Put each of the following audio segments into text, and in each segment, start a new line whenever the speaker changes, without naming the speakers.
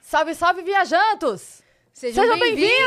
Salve, salve, viajantos!
Sejam,
Sejam
bem-vindos!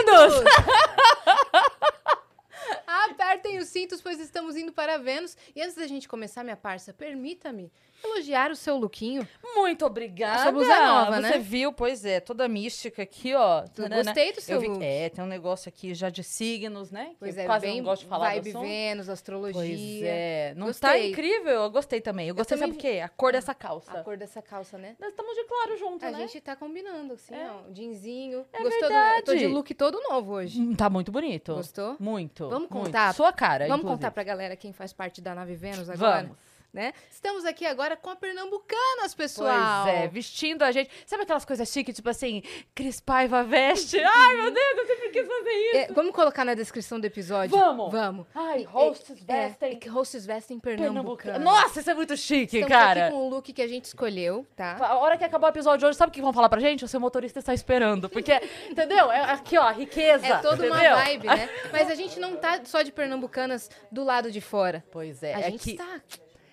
Apertem os cintos, pois estamos indo para Vênus. E antes da gente começar, minha parça, permita-me elogiar o seu lookinho.
Muito obrigada!
Essa blusa é nova,
Você
né?
viu, pois é, toda mística aqui, ó. Tanana.
gostei do seu
Eu vi-
look.
É, tem um negócio aqui já de signos, né? Que
Pois
eu
é,
quase
bem
não gosto de falar
vibe
do assunto.
Vênus, astrologia.
Pois é. Não
Gostei.
tá incrível? Eu gostei também. Eu gostei,
também Ah,
sabe o quê? A cor dessa calça.
A cor dessa calça, né?
Nós estamos de claro junto,
A
né?
gente tá combinando, assim,
É.
ó. Jeanzinho.
É
Gostou
verdade.
do... Tô de look todo novo hoje.
Hum, Tá muito bonito.
Gostou?
Muito.
Vamos
muito.
contar?
Sua cara,
Vamos
inclusive.
contar pra galera quem faz parte da nave Vênus agora?
Vamos.
Né? Estamos aqui agora com a Pernambucanas, pessoal.
Pois é, vestindo a gente. Sabe aquelas coisas chiques, tipo assim, Cris Paiva veste? Ai, meu Deus, eu sempre quis fazer isso.
Uhum. É, vamos colocar na descrição do episódio?
Vamos.
Vamos.
Ai,
E-
hosts
é,
vestem.
é que hosts vestem
Pernambucano.
pernambucano.
Nossa, isso é muito chique,
Estamos
cara.
aqui com o look que a gente escolheu, tá?
A hora que acabar o episódio hoje, sabe o que vão falar pra gente? O seu motorista está esperando. Porque, entendeu? É aqui, ó, riqueza.
É toda uma
entendeu?
vibe, né? Mas a gente não tá só de pernambucanas do lado de fora.
Pois é,
a
é
gente
que,
tá.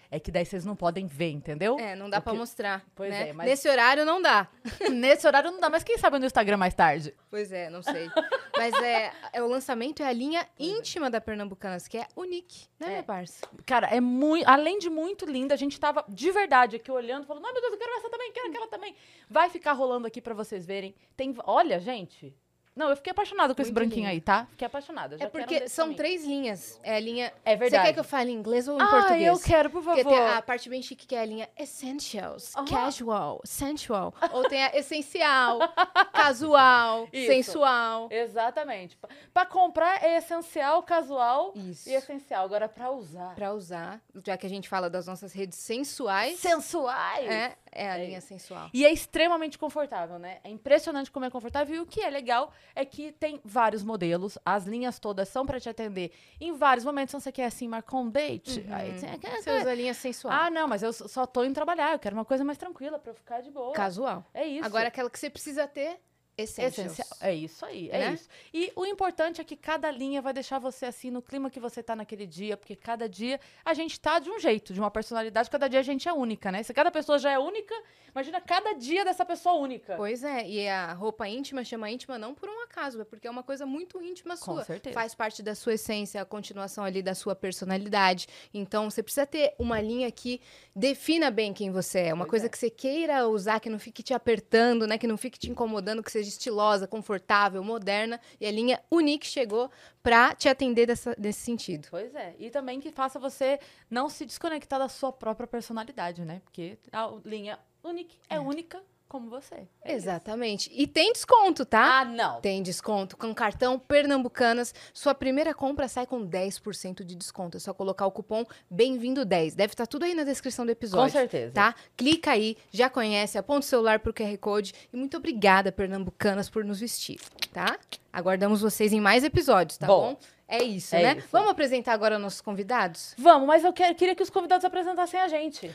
é que daí vocês não podem ver, entendeu?
É, não dá pra
Porque-
mostrar.
Pois
né?
é, mas-
Nesse horário não dá.
Nesse horário não dá, mas quem sabe no Instagram mais tarde.
Pois é, não sei. Mas é, é o lançamento é a linha íntima da Pernambucanas, que é Unique, né, minha parça?
Cara, é muito. Além de muito linda, a gente tava de verdade aqui olhando, falando: ai meu Deus, eu quero essa também, quero aquela também. Vai ficar rolando aqui pra vocês verem. Tem. Olha, gente. Não, eu fiquei apaixonada com esse
Muito
branquinho
lindo.
aí, tá? Fiquei apaixonada. já
É
quero um
porque
desse
são
também.
três linhas. É a linha.
É verdade.
Você quer que eu fale em inglês ou em
ah,
português?
eu quero, por favor.
Porque tem a parte bem chique que é a linha Essentials,
Aham.
Casual, Sensual. Ou tem a Essencial, Casual,
Isso.
Sensual.
Exatamente. Pa- Pra comprar é essencial, casual
Isso.
e essencial. Agora, pra usar.
Pra usar, já que a gente fala das nossas redes sensuais,
Sensuais.
é, é a
É
linha sensual.
E é extremamente confortável, né? É impressionante como é confortável. E o que é legal é que tem vários modelos. As linhas todas são pra te atender em vários momentos. Então, você quer, assim, marcar um date? Aí tem aquela
Uhum. Você usa a linha sensual,
Ah, não, mas eu s- só tô indo trabalhar. Eu quero uma coisa mais tranquila pra eu ficar de boa.
casual.
É isso.
Agora, aquela que você precisa ter, Essentials.
Essencial. É isso aí, é
Né?
isso. E o importante é que cada linha vai deixar você assim no clima que você tá naquele dia, porque cada dia a gente tá de um jeito, de uma personalidade, cada dia a gente é única, né? Se cada pessoa já é única, imagina cada dia dessa pessoa única.
Pois é, e a roupa íntima chama íntima não por um acaso, é porque é uma coisa muito íntima sua.
certeza.
Faz parte da sua essência, a continuação ali da sua personalidade. Então você precisa ter uma linha que defina bem quem você é, uma
Pois
coisa
é.
que você queira usar, que não fique te apertando, né, que não fique te incomodando, que seja estilosa, confortável, moderna. E a linha Unique chegou pra te atender dessa- nesse sentido.
Pois é. E também que faça você não se desconectar da sua própria personalidade, né? Porque a linha única é, única como você. É isso.
Exatamente. E tem desconto, tá?
Ah, não.
Tem desconto com cartão Pernambucanas. Sua primeira compra sai com 10% de desconto. É só colocar o cupom Bem-vindo10. Deve estar tudo aí na descrição do episódio.
Com certeza.
Tá? Clica aí, já conhece, aponta o celular pro QR Code. E muito obrigada, Pernambucanas, por nos vestir, tá? Aguardamos vocês em mais episódios, tá
Bom.
bom? É isso,
É
né?
isso.
Vamos apresentar agora nossos convidados?
Vamos, mas eu quero- queria que os convidados apresentassem a gente.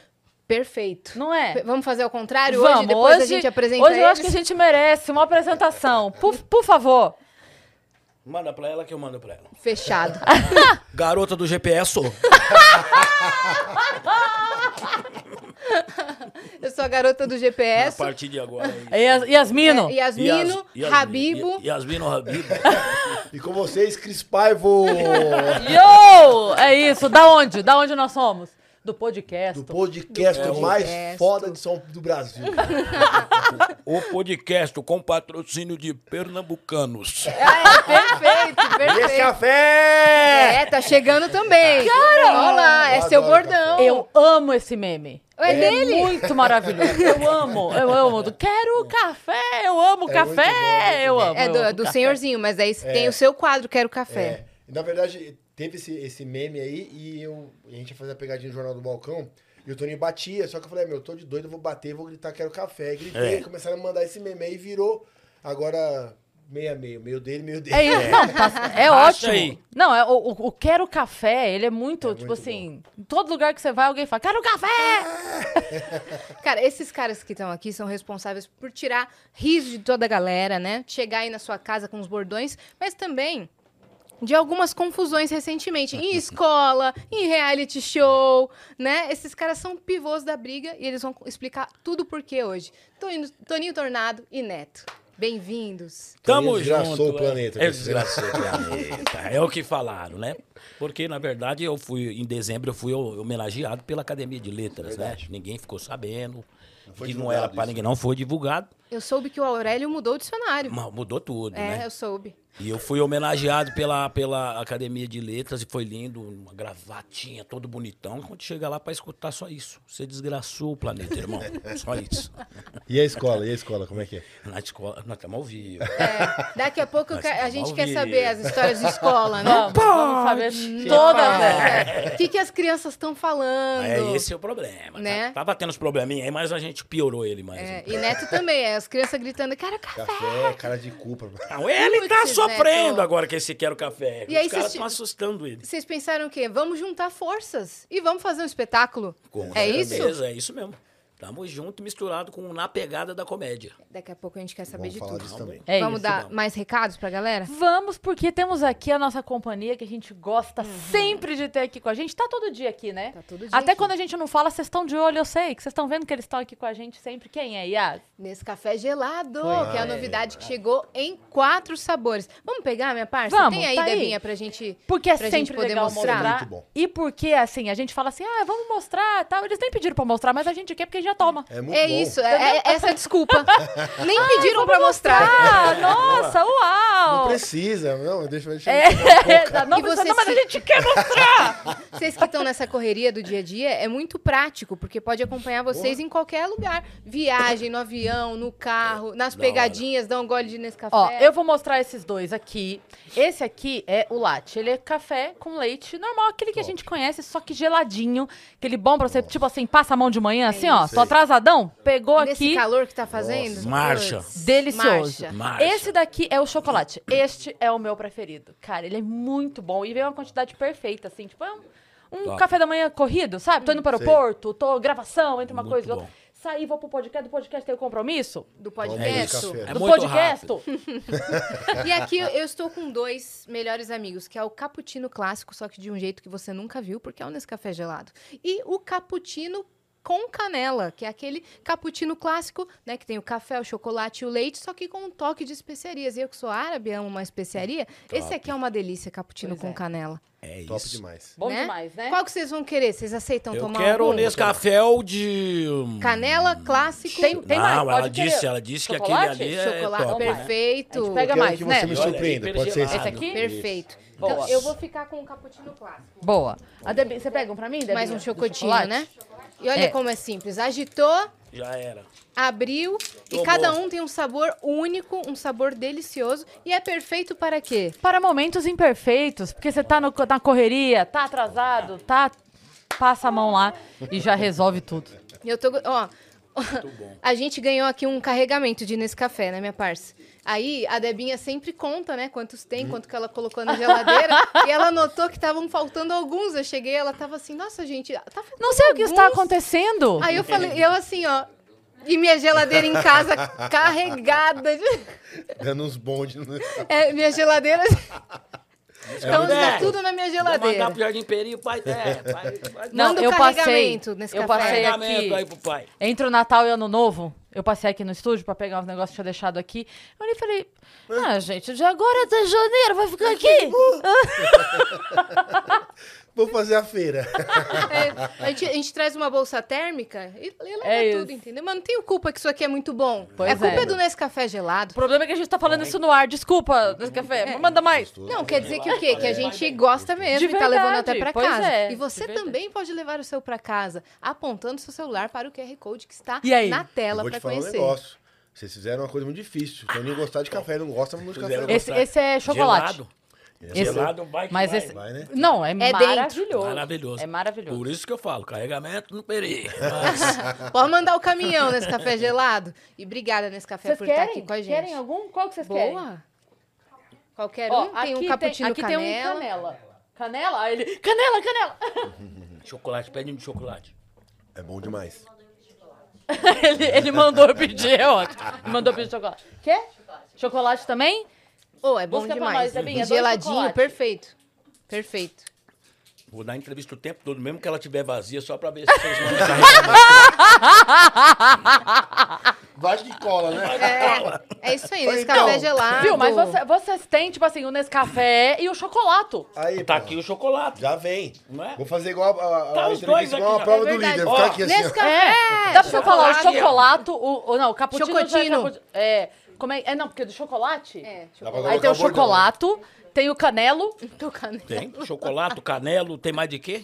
Perfeito.
Não é?
P- Vamos fazer ao contrário hoje?
Vamos,
Depois a
hoje-
gente apresenta
Hoje eu
eles?
acho que a gente merece uma apresentação. Por, por favor.
Manda pra ela que eu mando pra ela.
Fechado.
Garota do GPS, sou.
Eu sou a garota do GPS.
A partir de agora. é
Yas- Yasmino.
É, Yasmino,
isso. Yas-
Rabibo.
Yas- Yasmino Rabibo.
E com vocês, Cris Paivo!
Yo! É isso. Da onde? Da onde nós somos? do podcast.
Do podcast
Do
mais
podcast.
foda de São do Brasil.
O podcast com patrocínio de pernambucanos.
Ah, é, perfeito,
Esse
perfeito.
café!
É, tá chegando também. Cara! Olha lá, é
Eu
seu
adoro
bordão.
Eu amo esse meme.
É dele?
muito maravilhoso. Eu amo, eu amo. Do Quero café, eu amo
É muito bom,
café,
muito
eu amo.
É do,
eu
é
amo
do
café.
senhorzinho, mas aí tem o seu quadro, Quero Café.
É. Na verdade, teve esse, esse meme aí e eu, a gente ia fazer a pegadinha no Jornal do Balcão e o Toninho batia, só que eu falei, "Ah, meu, eu tô de doido, eu vou bater, vou gritar, quero café. E gritei,
É.
começaram a mandar esse meme aí e virou agora meia meio, meio dele, meio dele.
É isso, não, tá- é
Acha
ótimo.
aí.
Não, é, o, o- o Quero Café, ele é muito, tipo
muito
assim, em todo lugar que você vai, alguém fala, Quero Café!
Cara, esses caras que estão aqui são responsáveis por tirar riso de toda a galera, né? Chegar aí na sua casa com os bordões, mas também de algumas confusões recentemente. Em escola, em reality show, né? Esses caras são pivôs da briga e eles vão explicar tudo por que hoje. Toninho, Toninho Tornado e Neto. Bem-vindos.
Tamo
Ele Então, desgraçou
junto,
o planeta,
É,
que
É, desgraçou o planeta. É o que falaram, né? Porque, na verdade, eu fui, em dezembro, eu fui homenageado pela Academia de Letras, né? Ninguém ficou sabendo.
Foi
que não era
divulgado
pra
isso.
ninguém, não foi divulgado.
Eu soube que o Aurélio mudou o dicionário.
Mas mudou tudo,
É,
né?
eu soube.
E eu fui homenageado pela, pela Academia de Letras e foi lindo, uma gravatinha, todo bonitão. Quando chega lá pra escutar só isso. Você desgraçou o planeta, irmão. Só isso.
E a escola? E a escola, como é que é?
Na escola, nós estamos ao vivo.
É, daqui a pouco eu
Nós
que- a
vamos
gente quer
ouvir.
saber as histórias de escola, né? é,
Vamos, vamos saber todas elas.
O que, que as crianças estão falando?
É, esse é o problema.
Né?
Tá- Tava tendo uns probleminhas aí, mas a gente piorou ele mais.
É,
um
e
pouco.
Neto também, é, as crianças gritando, cara, café.
Café, cara de culpa.
Não, ele tá
Putz,
sofrendo
Neto.
agora que esse quer o café.
E aí
Os caras
vocês-
estão assustando ele.
Vocês pensaram o quê? Vamos juntar forças e vamos fazer um espetáculo. é isso?
Beleza, é isso mesmo. Tamo junto, misturado com na pegada da comédia.
Daqui a pouco a gente quer saber
Vamos
de
falar
tudo.
disso também.
É
vamos
isso,
dar
vamos.
mais recados pra galera?
Vamos, porque temos aqui a nossa companhia que a gente gosta sempre de ter aqui com a gente. Tá todo dia aqui, né?
Uhum. Tá todo dia
Até
aqui.
quando a gente não fala, vocês estão de olho, eu sei. Que vocês estão vendo que eles estão aqui com a gente sempre. Quem é, Yas?
Nesse café gelado, que é a novidade que chegou em quatro sabores. Vamos pegar, minha parça?
Vamos,
Tem aí,
tá aí.
Debinha, pra gente.
Porque é
pra gente
sempre
poder
legal
mostrar.
mostrar.
Muito bom.
E porque, assim, a gente fala assim, ah, vamos mostrar tal. Eles nem pediram pra mostrar, mas a gente quer porque já toma.
É muito
É
bom.
isso, é, é- essa é a desculpa. Nem pediram pra mostrar.
Ah, nossa,
Não
uau!
precisa, não, deixa, deixa
É, não,
E você
precisa, não, mas a
se-
gente quer mostrar!
Vocês que estão nessa correria do dia a dia, é muito prático, porque pode acompanhar vocês em qualquer lugar. Viagem, no avião, no carro, nas
Da hora.
pegadinhas, dá um gole de Nescafé.
Ó, eu vou mostrar esses dois aqui. Esse aqui é o latte. Ele é café com leite normal, aquele que a gente conhece, só que geladinho. Aquele bom pra você, tipo assim, passa a mão de manhã, assim, ó. Tô atrasadão, pegou
Nesse
aqui.
calor que tá fazendo.
Nossa, marcha.
putz,
Delicioso.
marcha.
Marcha.
Esse daqui é o chocolate. Este é o meu preferido. Cara, ele é muito bom. E vem uma quantidade perfeita, assim. Tipo, é um, um
Top.
café da manhã corrido, sabe? Tô indo para o aeroporto, tô gravação, entre uma
Muito
coisa e outra.
bom.
Saí, vou pro podcast, do podcast tem o compromisso.
Do
É
podcast.
isso.
É
do
muito
podcast.
rápido.
e aqui eu estou com dois melhores amigos, que é o cappuccino clássico, só que de um jeito que você nunca viu, porque é um Nescafé gelado. E o cappuccino com canela, que é aquele cappuccino clássico, né, que tem o café, o chocolate e o leite, só que com um toque de especiarias. E eu que sou árabe, amo uma especiaria. Esse aqui é uma delícia, cappuccino
Pois
com
é.
canela.
É
Top
isso.
demais.
Bom
né?
demais, né?
Qual que vocês vão querer? Vocês aceitam
Eu
tomar
quero um
algum?
nesse café o de.
Canela clássico.
Tem-
não,
mais,
ela
pode
disse,
querer.
ela disse que
Chocolate?
aquele ali é
chocolate.
top. né?
A
Perfeito.
gente pega
Quero
mais,
que
né?
você me
Olha aí,
surpreenda, pode ser esse?
Esse aqui?
Perfeito.
Boa.
Então, eu vou ficar com o cappuccino clássico.
Boa. A Debi, você pega um pra mim, Debi?
Mais um
Do
chocotinho,
chocolate?
né? E olha
É.
como é simples. Agitou,
Já era.
abriu e
Tomou.
cada um tem um sabor único, um sabor delicioso e é perfeito para quê?
Para momentos imperfeitos, porque você tá no- na correria, tá atrasado, tá. Passa a mão lá e já resolve tudo.
Eu tô, ó, a gente ganhou aqui um carregamento de Nescafé, né, minha parça? Aí a Debinha sempre conta, né, quantos tem, quanto que ela colocou na geladeira, e ela notou que estavam faltando alguns. Eu cheguei, ela tava assim: "Nossa, gente, tá faltando
Não sei o que está
alguns."
acontecendo.
Aí eu falei, eu assim, ó, e minha geladeira em casa carregada de
Dando uns bondes. né?
É, minha geladeira. então tá
muito bom.
É.
tudo na minha
Vai
geladeira.
mandar pro Jardim Peri, o pai. É, pai, pai
Não,
Manda o
eu passei.
carregamento nesse
eu
café.
passei
Carregamento aí
aqui.
pro pai.
Entre o Natal e o Ano Novo, eu passei aqui no estúdio pra pegar uns negócios que tinha deixado aqui. Eu olhei e falei, ah, gente, de agora até janeiro vai ficar aqui?
Vou fazer a feira.
É, a, gente, a gente traz uma bolsa térmica e leva
É isso.
tudo, entendeu? Mas não tenho culpa que isso aqui é muito bom.
Pois
a culpa
é.
é do Nescafé
O
gelado.
problema é que a gente tá falando isso no ar. Desculpa, nesse café. Manda mais.
Não, quer dizer que o quê? Que a gente gosta mesmo
De
e tá levando
verdade,
até pra
pois
casa.
é,
e você
de verdade.
também pode levar o seu pra casa, apontando seu celular para o QR Code que está
E aí?
na
Eu
tela
vou
pra
te falar um
conhecer.
negócio. Vocês fizeram uma coisa muito difícil. O Toninho gostar de café, ele não gosta muito de
Fizeram
café.
Esse, esse é chocolate.
Gelado.
Esse-
Gelado vai que
Mas
vai.
esse.
vai, né?
Não, é,
dentro.
maravilhoso.
Maravilhoso.
É maravilhoso.
Por isso que eu falo, carregamento no Peri. Mas,
Pode mandar o caminhão nesse café gelado. E obrigada nesse café
Vocês
por
querem?
estar aqui com a gente.
Querem algum? Qual que vocês querem?
Boa. Qualquer
Ó,
um tem um cappuccino
aqui
canela.
tem um canela. Canela? Aí ele, canela, canela.
chocolate, pede um de chocolate.
É bom demais.
ele, ele mandou eu pedir, é ótimo. Ele mandou eu pedir chocolate. Quer? Chocolate também?
Oh, é bom
Busca pra nós,
demais.
Debinha, dois
Geladinho,
chocolates.
perfeito. Perfeito.
Vou dar entrevista o tempo todo, mesmo que ela estiver vazia, só pra ver se vocês mandam essa reclamação.
Vai que cola, né?
É, é isso aí, nesse
Então,
café gelado.
Viu? Mas você- vocês têm, tipo assim, o Nescafé e o chocolate.
Aí,
Tá
pô,
aqui o chocolate.
Já vem.
Não é?
Vou fazer igual a, a, a
Tá os dois
entrevista, igual
aqui
a
já.
prova
É
do
verdade.
líder.
Ó,
Ficar aqui assim,
Nesse
ó.
café.
É. Dá pra você falar o
Chocolate.
chocolate, o, o- não, o cappuccino já é
Chocotino.
capu- É, como é, é, não, porque é do chocolate.
É,
Dá pra
Aí tem
né?
colocar
o
bordão.
chocolate, tem o canelo.
Tocando.
Tem chocolate, canelo, tem mais de quê?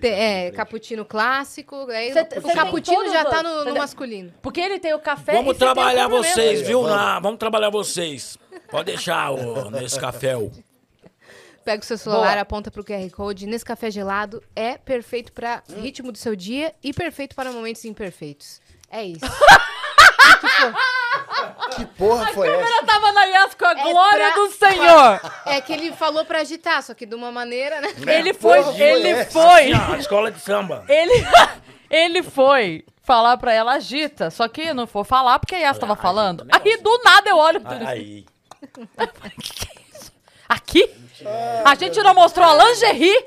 Tem, é, cappuccino clássico. Aí,
Cê- cê
o
tem
cappuccino
todos
já tá
os-
no, no
entendeu?
masculino.
Porque ele tem o café e
Vamos
você tem o
trabalhar
complemento.
vocês, viu?
Vamos.
Na, vamos trabalhar vocês. Pode deixar ô, nesse café. ô.
Pega o seu celular,
Boa.
aponta pro QR Code. Nesse café gelado é perfeito para ritmo do seu dia e perfeito para momentos imperfeitos. É isso.
Que porra foi essa?
Eu tava na IAS com a
É
glória
pra-
do Senhor.
É que ele falou pra agitar, só que de uma maneira, né?
Ele foi,
porra,
ele
moleque.
foi,
Ah, escola de samba.
ele, ele foi falar pra ela, agita. Só que eu não vou falar porque a Yas tava
agita
falando.
o
Aí
negócio.
do nada eu olho pra tudo isso.
Aí.
Aqui?
É.
A gente não mostrou a lingerie?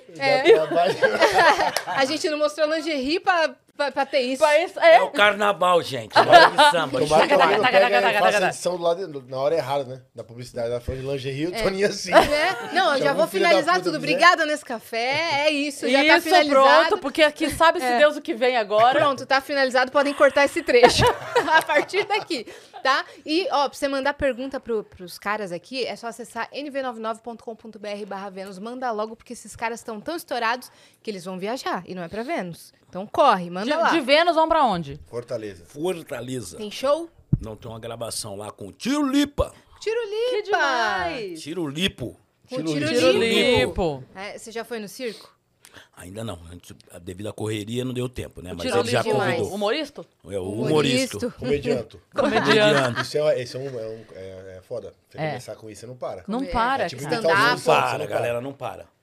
A gente não mostrou lingerie pra, pra, pra ter isso.
Pra isso-
É
É.
o carnaval, gente. Escola de samba.
Tomara que alguém não
Taca, taca,
pegue
taca,
e
taca,
faça
taca.
edição do lado, na hora errada, né? Da publicidade. Ela foi de lingerie, o Toninho assim.
Né? Não, eu já
Chamou
vou
o filho da
finalizar tudo.
puta do Zé.
Obrigada nesse café. É isso, já tá
Isso,
finalizado.
pronto, porque aqui sabe se Deus o que vem agora.
Pronto, tá finalizado, podem cortar esse trecho a partir daqui, tá? E, ó, pra você mandar pergunta pro, pros caras aqui, é só acessar nv99.com.br barra Vênus, manda logo, porque esses caras estão tão estourados que eles vão viajar, e não é pra Vênus. Então corre, manda
De,
lá.
de Vênus vão pra onde?
Fortaleza.
Fortaleza.
Tem show?
Não tem uma gravação lá com Tiro Lipa.
Tirulipa!
Tiro Lipo.
Com
Tirulipa.
tirulipa.
Tipo,
É, você já foi no circo?
Ainda não. antes, devido à correria, não deu tempo, né? Mas
tiro é
ele já
livre.
demais.
convidou.
Humorista?
É o humorista.
Comedianto.
Comediante.
Isso é, esse é um. É, um- é- é foda. Você
É.
começar com isso, você não para.
Não
É,
para,
é tipo
cara.
imitar
Stand-up.
os outros,
Não
você não
para, galera, não para.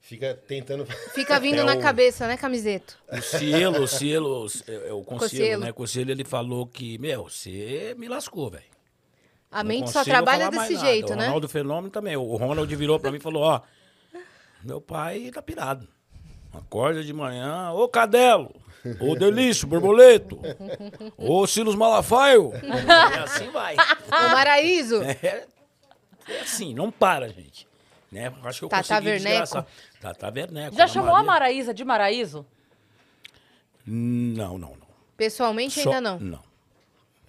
Fica tentando.
Fica vindo
É
na
o-
cabeça, né, camiseto?
O Cielo, o Cielo, o C- é, é o Conselho,
Conselho.
né? O Conselho, ele falou que, meu, você me lascou, velho.
A
Não
mente só
consigo
trabalha
falar mais
desse
nada.
jeito,
O
né?
Ronaldo Fenômeno também. O Ronald virou pra mim e falou, ó, meu pai tá pirado. Acorda de manhã, ô Cadelo, ô Delício, Borboleto, ô Silos Malafaio. E assim vai.
O Ah, Maraíso.
É, é assim, não para, gente. Né? Acho que eu
Tata
consegui
Werneco.
desgraçar. Tata Werneco.
Já
Ana
chamou a
Maria.
Maraísa de Maraíso?
Não, não, não.
Pessoalmente,
Só- Hum.
ainda não.
Não.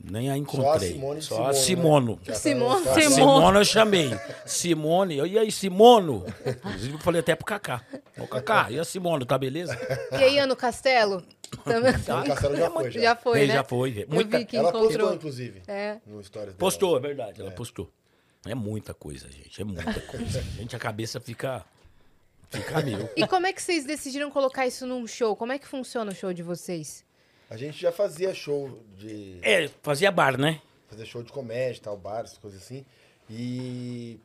Nem a
Só a
encontrei.
Simone
Só a
Simone,
Simono.
né? Já tá
Simone.
na-
Simone.
Simone eu chamei. Simone, eu, e aí, Simono? Inclusive, eu falei até pro Cacá. Ô, Cacá, e a Simono, tá beleza?
É
Keiano Castelo? Também.
Tá, o Castelo já foi. Já.
Já foi,
Ele
né?
já foi.
Eu
Muita...
vi que
Ela postou,
encontrou.
inclusive.
É.
No stories dela.
Postou, é verdade, ela postou. É muita coisa, gente. É muita coisa. gente, a cabeça fica. Fica mil.
E como é que vocês decidiram colocar isso num show? Como é que funciona o show de vocês?
A gente já fazia show de.
É, fazia bar, né?
fazer show de comédia, tal, bares, coisas assim. E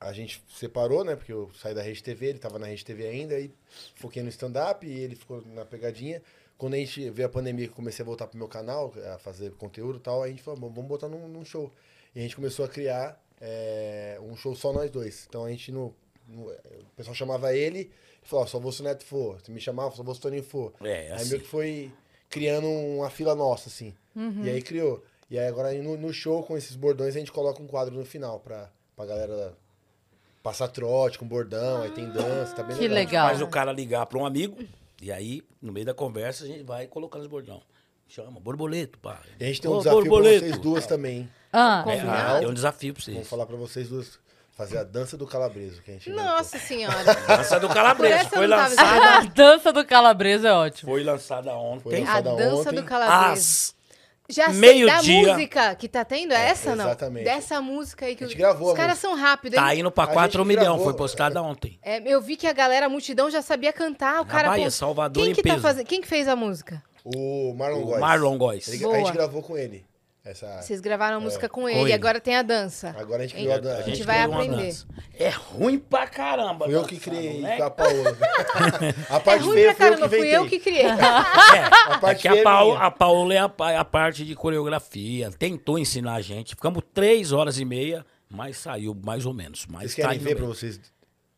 a gente separou, né? Porque eu saí da Rede TV, ele tava na Rede TV ainda, e foquei no stand-up e ele ficou na pegadinha. Quando a gente veio a pandemia que eu comecei a voltar pro meu canal, a fazer conteúdo e tal, a gente falou, "Bom, vamos botar num, num show. E a gente começou a criar é, um show só nós dois. Então a gente não. não- o pessoal chamava ele e falava, "Ó, só vou se o Neto for. Se me chamava, só vou se o Toninho for.
É,
Aí
assim.
meio que foi criando uma fila nossa, assim. E aí criou. E aí agora aí no, no show com esses bordões a gente coloca um quadro no final pra, pra galera passar trote com bordão, aí tem dança, tá bem
Que legal.
Faz o cara ligar pra um amigo, e aí, no meio da conversa, a gente vai colocando os bordão. Chama, borboleto, pá.
E a gente tem um
Ô,
desafio
borboleto.
pra vocês duas também.
Ah,
É, ah, tem um desafio pra
Vamos
vocês.
falar pra vocês duas. Fazer a dança do calabreso que a gente inventou.
Nossa senhora.
Dança do
Por
Calabreso.
essa eu
Foi
não tava
lançada,
a dança do calabreso é ótimo.
foi lançada
Foi
ontem.
A
lançada
dança
ontem.
do calabreso.
Às
Já sei da
meio-dia.
música que tá tendo? É essa, não?
exatamente.
Dessa música aí que
A gente gravou
os
a
caras
música.
são rápidos, hein?
Tá indo pra
A
4
gente
milhão,
gravou-
foi postada ontem.
É, eu vi que a galera, a multidão já sabia cantar. O
Na
cara
Bahia,
pô,
Salvador
quem
em
que tá
peso.
fazendo? Quem que fez a música?
O Marlon
O
Góes.
Marlon Góes.
Ele-
Boa.
a gente gravou com ele. Essa...
Vocês gravaram a música com ele,
ele.
agora tem a dança.
É. Agora a gente
Hein?
criou a dança.
A gente
Fui
vai
criou uma
aprender.
dança. É ruim pra caramba.
eu que
dançar,
criei tá?
não é?
com a Paola. A
É
parte
ruim pra
feia foi eu que
caramba, fui
inventei.
eu que criei.
É,
A
é
parte
que a,
feia
Pau-
minha.
a Paola é a, pa- a parte de coreografia. Tentou ensinar a gente. Ficamos três horas e meia, mas saiu mais ou menos. Mas
Vocês querem
saiu
ver
bem.
pra vocês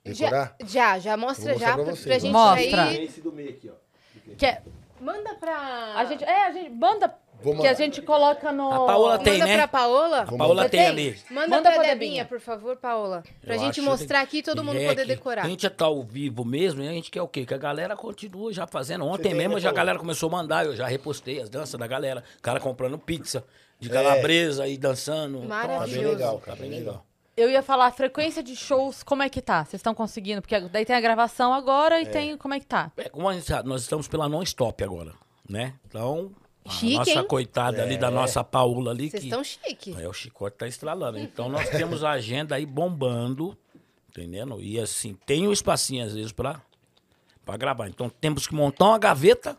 já,
decorar?
já, já mostra
Vou
já pra,
mostrar pra
pra
vocês, né? ó.
gente
Mostra.
aí.
Esse do meio aqui, ó.
Quer-
Manda pra.
é- a gente, é, a gente manda
Vou
que
mandar.
a gente coloca no.
A Paola
Manda
tem, né?
pra Paola.
Vou
Paola
Você
tem ali.
Manda,
Manda
pra,
pra
Debinha,
Debinha,
por favor, Paola. Pra
Eu
gente
acho
mostrar
que-
aqui e todo mundo
é
poder
que
decorar.
A gente já tá ao vivo mesmo, e a gente quer o quê? Que a galera continue já fazendo. Ontem
tem
mesmo
ainda,
já a
Paulo?
galera começou a mandar, eu já repostei as danças da galera. O cara comprando pizza
É.
de calabresa e dançando. Então,
Tá bem
Maravilhoso.
legal, cara. Bem legal.
Eu ia falar a frequência de shows, como é que tá? Vocês estão conseguindo? Porque daí tem a gravação agora e tem como é que tá?
É, como a gente sabe, nós estamos pela non-stop agora, né? Então, a
Chique,
nossa
hein?
coitada ali,
É.
da nossa Paula ali.
Vocês
que-
estão chique.
Aí o chicote tá estralando. Então nós temos a agenda aí bombando, entendendo? E assim, tem um espacinho às vezes pra, pra gravar. Então temos que montar uma gaveta,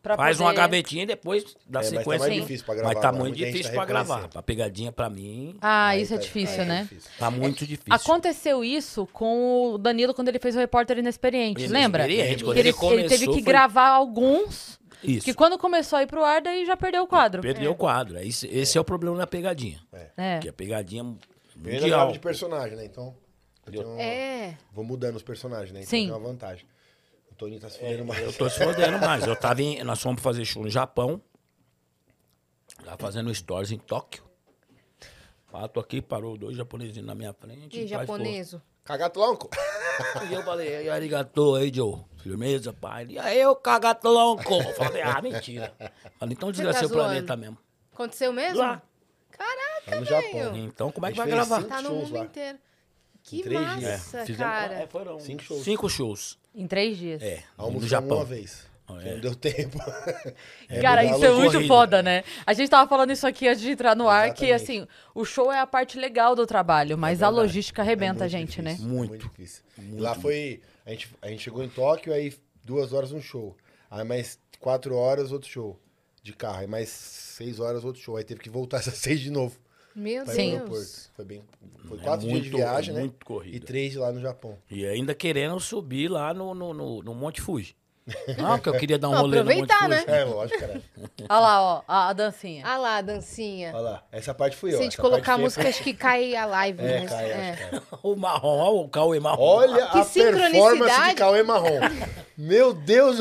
Pra
faz um uma
poder-
gavetinha e depois dá
É, mas tá
sequência.
mais
Sim.
difícil pra
Mas
gravar
tá
agora,
muito
muita gente
difícil
tá
pra gravar.
reconhecendo.
Pra pegadinha pra mim,
Ah,
Aí
isso é
tá-
difícil,
aí tá
né?
difícil.
tá muito difícil.
Aconteceu isso com o Danilo quando ele fez o repórter inexperiente, lembra?
Inexperiente, quando
Que ele,
ele começou,
ele teve que
foi-
gravar alguns,
Isso.
que quando começou a ir pro ar, daí já perdeu o quadro.
Perdeu o quadro. É isso- Esse é o problema da pegadinha.
É.
Porque a pegadinha
Eu ainda gravo
mundial.
é de personagem, né? Então. eu tenho-
É.
Vou mudando os personagens, né? Então
Sim.
tem uma vantagem. O Toninho tá se fudendo mais.
É, Eu tô se fodendo mais. Eu tava em, nós fomos fazer show no Japão. Lá fazendo stories em Tóquio. Pato aqui, parou dois japoneses na minha frente.
E
o pai
japoneso.
Cagatolonco!
falou- E eu falei, e arigato, aí, Joe. Firmeza, pai. E aí, eu cagatolonco. Eu Falei, ah, mentira. Falei, então
tá
desgracei o planeta mesmo.
Aconteceu mesmo?
Lá.
Tá
Caraca, velho.
no Japão.
Então, como é que
A
vai
gente fez
gravar?
cinco
Tá no
shows
mundo
lá.
inteiro. Que
três dias.
massa,
Fizemos-
cara.
é, foram
Cinco shows.
cinco shows.
Em três dias.
É, no
Almoçamos
Japão.
uma vez.
Ah,
que
é.
Não deu tempo. É
Cara,
legal,
isso é
eu
muito
corrida.
foda, né? A gente tava falando isso aqui antes de entrar no ar, que
Exatamente.
assim, o show é a parte legal do trabalho, mas a logística arrebenta a gente, né?
Difícil, Muito. difícil. Lá foi. A gente, a gente chegou em Tóquio, aí duas horas um show. Aí mais quatro horas outro show de carro. Aí mais seis horas outro show. Aí teve que voltar essas seis de novo.
Meu
Pra ir pro
Deus.
aeroporto. Foi bem. Foi quatro dias de
É muito-
viagem, né?
muito corrida.
E três lá no Japão.
E ainda querendo subir lá no, no, no, no Monte Fuji. Não, porque eu queria dar um
Não,
rolê
aproveitar, né?
no Monte Fuji.
É, lógico, cara.
Olha lá, ó, a, a dancinha.
Ah lá, dancinha.
Olha lá. Essa parte fui eu.
Se a gente
essa parte
colocar a
feia
música, acho que cai a live.
foi- É,
mas-
cai,
é.
acho, cara.
O marrom, olha o Cauê marrom.
Olha
Que
a performance
sincronicidade.
de Cauê Marrom. Meu Deus.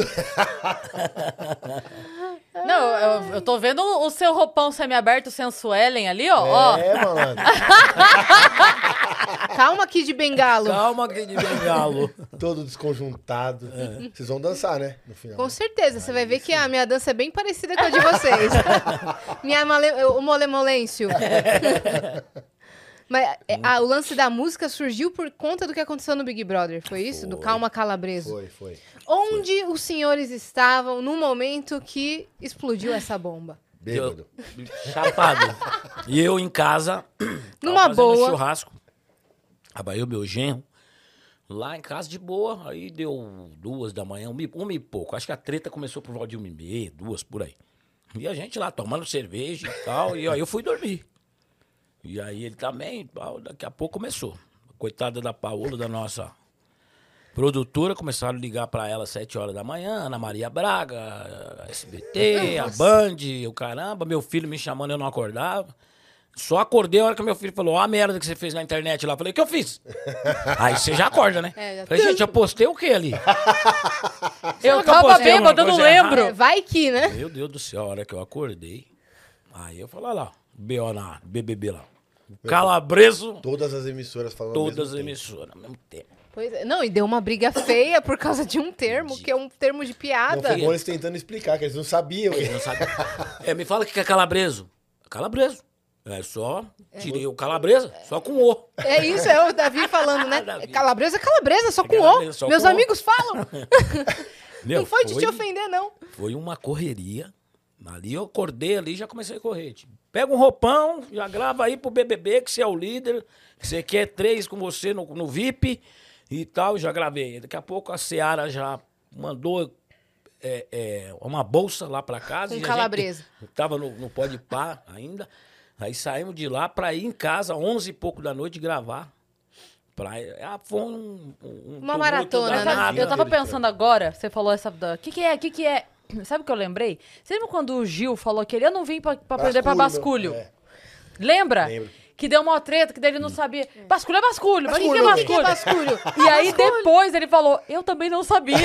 Não, eu, eu tô vendo o seu roupão semiaberto sensuellen ali, ó. ó.
É, malandro.
Calma aqui de bengalo.
Calma, que de bengalo.
Todo desconjuntado.
É.
Vocês vão dançar, né? No final.
Com certeza, você vai ver que a minha dança é bem parecida com a de vocês. minha male, o molemolêncio. Mas é, a- o lance da música surgiu por conta do que aconteceu no Big Brother, foi isso? Do Calma Calabreso.
Foi, foi.
Onde os senhores estavam no momento que explodiu essa bomba?
Bêbado.
Chapado. E eu em casa. tava
Numa
fazendo
boa.
churrasco. Abaí o meu genro. Lá em casa de boa. Aí deu duas da manhã, uma e, uma e pouco. Acho que a treta começou por volta de uma e meia, duas por aí. E a gente lá tomando cerveja e tal. E aí eu fui dormir. E aí ele também, tal, daqui a pouco começou. Coitada da Paola, da nossa produtora, começaram a ligar pra ela às 7 horas da manhã, Ana Maria Braga, SBT, a Band, o caramba, meu filho me chamando, eu não acordava. Só acordei a hora que meu filho falou, ó a merda que você fez na internet lá. Eu Falei, o que eu fiz? Aí você já acorda, né?
É, já-
Falei, gente, eu postei o quê ali?
eu
que eu
tava
postei
bêbada, eu
alguma
não
coisa errada?
lembro.
É, vai que, né?
Meu Deus do céu, a hora que eu acordei, aí eu falei, olha lá, BO na BBB lá. Calabreso,
Todas as emissoras falando ao
todas as
mesmo tempo.
emissoras, ao mesmo tempo.
Pois é. Não, e deu uma briga feia por causa de um termo, que é um termo de
Não
piada.
foi bom eles tentando explicar, que eles não sabiam.
Ele não sabe. É, me fala o que é calabreso. Calabreso. É só. Tirei o calabresa, só com o.
É isso, é o Davi falando, né?
Davi.
Calabresa é calabresa, só com
Calabresa,
o.
só
Meus
com o.
amigos falam.
Meu,
não foi de te ofender, não.
Foi uma correria. Ali eu acordei ali e já comecei a correr. Tipo, pega um roupão, já grava aí pro BBB que você é o líder, que você quer três com você no, no VIP e tal. Já gravei. Daqui a pouco a Seara já mandou é, é, uma bolsa lá pra casa.
Com
e a
Um calabresa.
gente- Eu tava no, no pó de pá ainda. Aí saímos de lá pra ir em casa, 11 e pouco da noite, gravar. Pra, ah, foi um, um- um
Uma
tumulto
maratona, né?
Mas
danado.
sabe, eu tava
Aquele
pensando agora, você falou essa. O que, que é? O que, que é? Sabe o que eu lembrei? Você lembra quando o Gil falou que ele eu não vim pra, pra perder pra basculho?
É.
Lembra?
Lembro.
Que deu uma treta, que daí ele não sabia. Basculho é basculho, mas o que, que é
O que que é
basculho?
basculho?
E aí depois ele falou, eu também não sabia.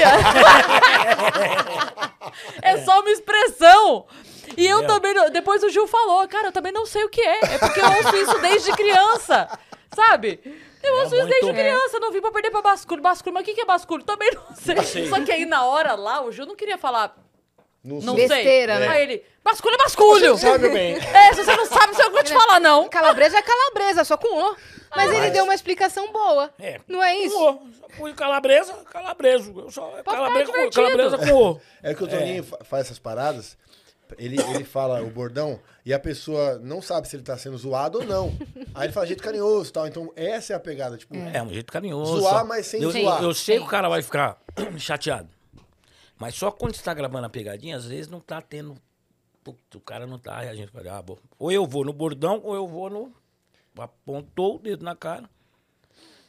é só uma expressão. E eu também não... Depois o Gil falou, cara, eu também não sei o que é. É porque eu ouço isso desde criança. Sabe? Eu
É
ouço isso
muito
desde
bom.
criança, não vim pra perder pra basculho. Basculho, mas o que, que é basculho? Também não sei. Só que aí na hora lá, o Gil não queria falar,
Não,
não
sei.
Besteira,
sei.
né?
Aí ele, basculho é basculho.
Sabe bem.
É, se você não sabe, você não vai te falar, não.
Calabresa é calabresa, só com o. Mas ele
Mas-
deu uma explicação boa.
É.
Não é isso?
Com o. Só Põe calabresa, calabreso. Eu só
ficar
calabresa com,
divertido.
calabresa com o.
É que o Toninho fa- faz essas paradas, ele, ele fala o bordão e a pessoa não sabe se ele tá sendo zoado ou não. Aí ele fala jeito carinhoso e tal. Então essa é a pegada. Tipo,
É, um jeito carinhoso.
Zoar,
só.
mas sem
eu,
zoar.
Eu sei que o cara vai ficar chateado. Mas só quando você tá gravando a pegadinha, às vezes não tá tendo. Putz, o cara não tá reagindo. Fala, Ah, bom. Ou eu vou no bordão, ou eu vou no. Apontou o dedo na cara.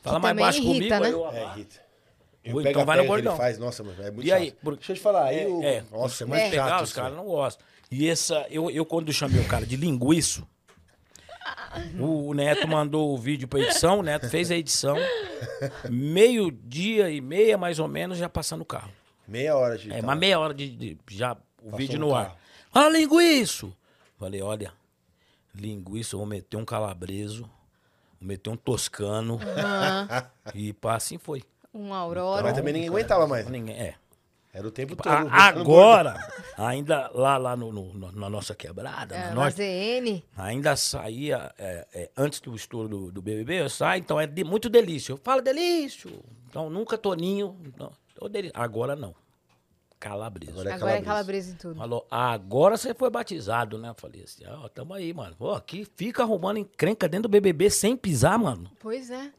Fala
Que
mais
também
baixo
irrita,
comigo,
né?
aí eu
é,
abaixo.
irrita. Eu
Ou
pego
então
a
vai no
perna que
bordão.
ele faz, nossa, mano, é muito
E
chato.
aí, por-
Deixa eu te falar, aí
É,
o...
é,
Nossa, é muito
Mas
chato
pegar, os
isso,
caras
velho.
não gostam. E essa, eu, eu quando chamei o cara de linguiço, o, o Neto mandou o vídeo pra edição, o Neto fez a edição, meio-dia e meia, mais ou menos, já passando o carro.
Meia hora de...
É, uma meia hora de, de- já o vídeo no
tá. no
ar.
carro.
Ah, linguiço! Falei, olha, linguiço, eu vou meter um calabreso, vou meter um toscano, e pá, assim foi.
Ah, Um aurora.
Então,
Mas também ninguém aguentava mais.
Ninguém, é.
Era o tempo todo.
Tipo, A-
buscando
agora, ainda lá, lá no, no- no- na nossa quebrada,
Ah,
na
na
nossa,
ZN.
ainda saía, é, é, antes do estouro do, do BBB, eu saio, então é de- muito delício. Eu falo delício. Então, nunca Toninho. Não, Ô, delício. agora não. Calabresa.
Agora É
Agora é
calabresa.
calabresa em tudo.
Falou, "Ah, agora você foi batizado, né? Eu falei assim, ó, tamo aí, mano. Pô, aqui fica arrumando encrenca dentro do BBB sem pisar, mano.
Pois é.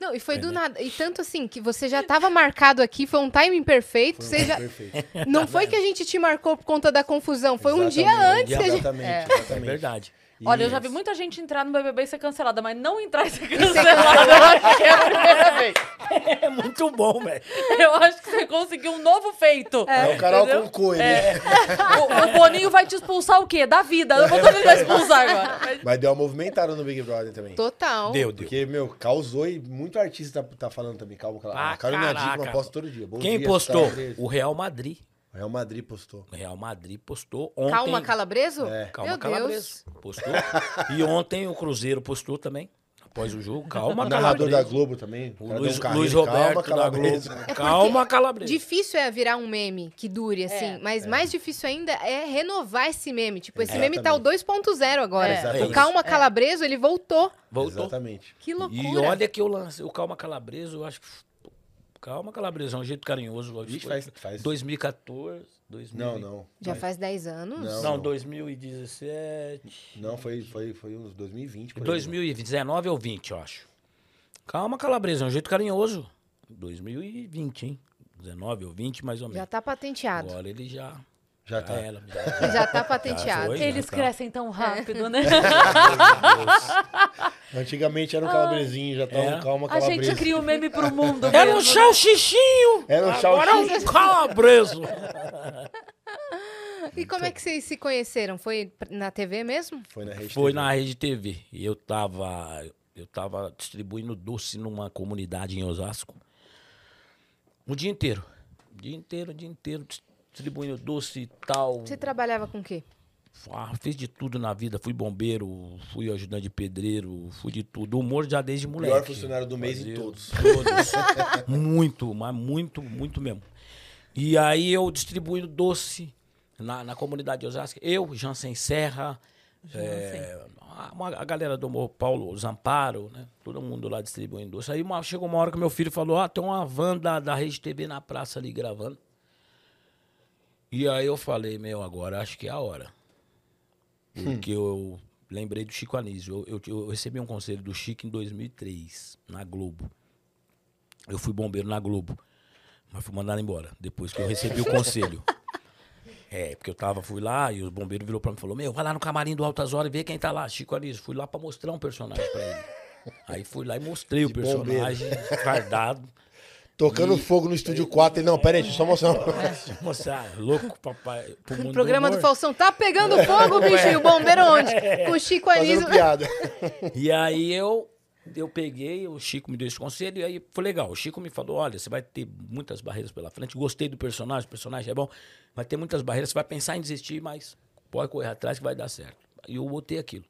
Não, e foi do nada. E tanto assim, que você já tava marcado aqui, foi um timing perfeito. você já...
Perfeito.
Não foi que a gente te marcou por conta da confusão, foi um dia
Exatamente,
antes que a gente.
Exatamente,
É
exatamente.
verdade.
Olha, eu já vi muita gente entrar no BBB e ser cancelada, mas não entrar e ser cancelada, eu acho que é a primeira vez.
É muito bom, velho.
Eu acho que você conseguiu um novo feito.
É o Carol né?
entendeu?
com coelho.
É.
O, o Boninho vai te expulsar o quê? Da vida. Eu vou também vai expulsar agora. Mas-
Mas deu uma movimentada no Big Brother também.
Total.
Deu, deu.
Porque, meu, causou e muito artista tá, tá falando também. Calma, calma.
Ah,
a Carolina
caraca.
Dickman posta todo dia. Bom
Quem
um dia,
postou?
Sara Andreas.
O Real Madrid.
O Real Madrid postou.
O Real Madrid postou ontem.
Calma, calabreso?
É.
Calma,
Meu
Calabreso. Postou. E ontem o Cruzeiro postou também, após o jogo. Calma,
O narrador da
Calabreso.
Globo também.
O
O cara deu
Luiz,
um carrinho,
Luiz
calma,
Roberto da
Calabresa.
Globo.
É
calma,
Deus.
Calabreso.
Difícil é virar um meme que dure, assim. Mas mais difícil ainda é renovar esse meme. Tipo, esse meme tá o 2.0 agora.
É.
O
Exatamente.
Calma Calabreso, ele voltou.
Voltou.
Exatamente.
Que loucura.
E olha que eu lancei o Calma Calabreso, eu acho que... Calma Calabreso, é um jeito carinhoso. eu acho que
Ixi,
foi
faz- faz-
2014, 2000...
Não, não.
Já faz 10 anos.
Não.
Não, 2017...
Não, foi, foi, foi uns 2020. Por aí,
2019 ou 20, é eu acho. Calma, Calabresa, é um jeito carinhoso. 2020, hein? 19 ou 20, mais ou menos.
Já tá patenteado.
Agora ele já.
Já tá.
era, já-
Já tá patenteado.
é,
foi.
Eles
tá.
crescem tão rápido, né?
né? Antigamente era um calabresinho, já tá
É.
um calma
A gente
calabresa.
cria o meme pro mundo
É
Era um
mesmo, né?
salchichinho!
Era um
Agora é um calabreso!
E como
Então
é que vocês se conheceram? Foi pr- na TV mesmo?
Foi na rede.
Foi
TV.
na rede TV. E eu tava. Eu tava distribuindo doce numa comunidade em Osasco. O dia inteiro. O dia inteiro, o dia inteiro, distribuindo doce e tal.
tá- Você trabalhava com o quê?
Ah, fiz de tudo na vida. Fui bombeiro, fui ajudante de pedreiro, fui de tudo. Humor já desde moleque.
Melhor funcionário do mês em todos.
todos. muito, mas muito, muito mesmo. E aí eu distribuindo doce na, na comunidade de Osasco. Eu, Jansen Serra, é, a, uma- a galera do Morro Paulo, Zamparo, né? Todo mundo lá distribuindo doce. Aí uma- chegou uma hora que meu filho falou, ah, tem uma van da, da Rede TV na praça ali gravando. E aí eu falei, meu, agora acho que é a hora. Porque eu lembrei do Chico Anísio. Eu, eu- eu recebi um conselho do Chico em 2003, na Globo. Eu fui bombeiro na Globo. Mas fui mandado embora, depois que eu recebi o conselho. É, porque eu tava, fui lá e o bombeiro virou pra mim e falou: Meu, vai lá no camarim do Altas Horas e vê quem tá lá, Chico Anísio. Fui lá pra mostrar um personagem pra ele. Aí fui lá e mostrei o
De bombeiro.
personagem, fardado.
Tocando
E-
fogo no estúdio 4.
é.
Ele, não, peraí, deixa eu só mostrar. uma-
Mostrar, "Ah, louco, papai. pro mundo
O programa do
humor.
Falsão tá pegando fogo, bicho. E o bombeiro onde? Com o Chico Anísio.
Fazendo piada.
E aí eu, eu peguei, o Chico me deu esse conselho, e aí foi legal. O Chico me falou: olha, você vai ter muitas barreiras pela frente. Gostei do personagem, o personagem é bom, vai ter muitas barreiras, você vai pensar em desistir, mas pode correr atrás que vai dar certo. E eu botei aquilo.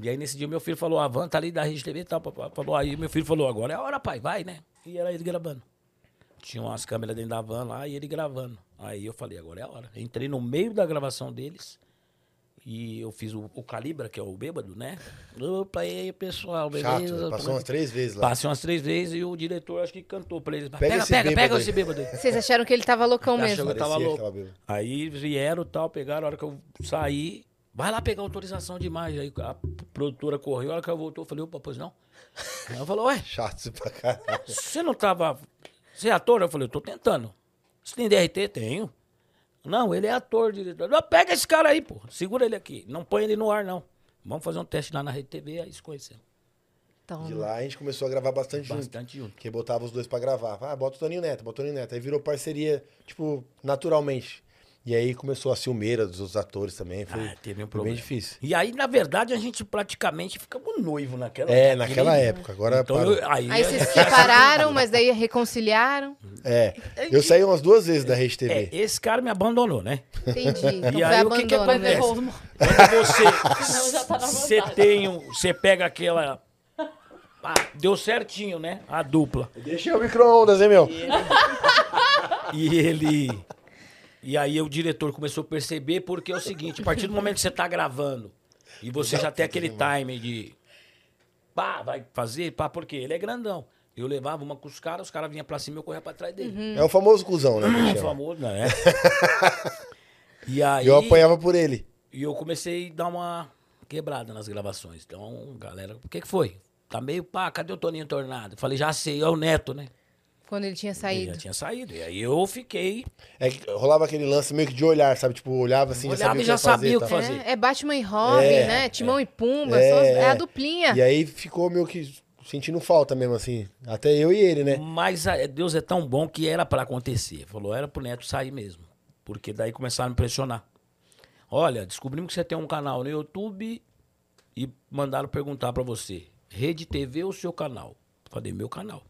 E aí nesse dia meu filho falou: a van tá ali da Rede TV e tal. papai. Falou, aí meu filho falou: agora é a hora, pai, vai, né? E era ele gravando. Tinha umas câmeras dentro da van lá e ele gravando. Aí eu falei, agora é a hora. Entrei no meio da gravação deles e eu fiz o, o Calibra, que é o bêbado, né? Opa, e aí, pessoal, beleza?
Chato,
Como
passou
é
umas
que-
três vezes lá.
Passei umas três vezes e o diretor acho que cantou pra eles.
Pega
Pega,
esse
pega, pega
bêbado aí."
esse bêbado aí.
Vocês acharam que ele tava loucão
Tá
mesmo.
achando- Eu tava
Parecia que
louco.
tava bêbado.
Aí vieram tal, pegaram, a hora que eu saí, vai lá pegar autorização de imagem. Aí a produtora correu, a hora que ela voltou, eu falei, opa, pois não. Aí ela falou, ué,
Chato pra caralho.
você não tava. Você é ator? Eu falei, eu tô tentando. Você tem DRT? Tenho. Não, ele é ator, diretor. Não, pega esse cara aí, pô. Segura ele aqui. Não põe ele no ar, não. Vamos fazer um teste lá na Rede TV, aí se conhecemos.
Então,
De lá a gente começou a gravar bastante,
Bastante junto.
Que botava os dois pra gravar. Ah, bota o Toninho Neto, bota o Toninho Neto. Aí virou parceria, tipo, naturalmente. E aí começou a ciumeira dos outros atores também. Foi,
Ah, teve um
foi
problema.
bem difícil.
E aí, na verdade, a gente praticamente ficamos noivo naquela
É,
época.
naquela época. Agora
Então,
parou.
eu- aí,
Aí vocês se separaram, mas daí reconciliaram.
É. Eu saí umas duas vezes da Rede TV.
É, esse cara me abandonou, né?
Entendi. Então foi
E aí, o que que
abandono
acontece?
mesmo.
um
Quando você,
Não, já tá na
você
vontade.
tem um, você pega aquela, Ah, deu certinho, né? A dupla.
Deixa o micro-ondas, hein, meu?
É. E ele. E aí o diretor começou a perceber, porque é o seguinte, a partir do momento que você tá gravando e você já
tá
tem aquele time de. Pá, vai fazer, pá, porque ele é grandão. Eu levava uma com os caras, os caras vinham pra cima e eu corria pra trás dele.
É o famoso cuzão, né? que
O
chama.
famoso, né? E aí.
E eu apanhava por ele.
E eu comecei a dar uma quebrada nas gravações. Então, galera, o que, que foi? Tá meio pá, cadê o Toninho Tornado? Falei, já sei, é o Neto, né?
Quando ele tinha
Ele já
saído.
tinha saído. E aí eu fiquei,
É que rolava aquele lance meio que de olhar, sabe? Tipo, olhava assim,
Olhava e
já
já sabia
sabia
o que
ia fazer, e tal.
fazer.
É, é Batman e Robin,
É,
né? Timão e Pumba.
É,
são as- É, a
é.
duplinha.
E aí ficou meio que sentindo falta mesmo, assim. Até eu e ele, né?
Mas ah, Deus é tão bom que era pra acontecer. Falou, era pro Neto sair mesmo. Porque daí começaram a me pressionar. Olha, descobrimos que você tem um canal no YouTube e mandaram perguntar pra você: Rede TV ou seu canal? Falei, meu canal.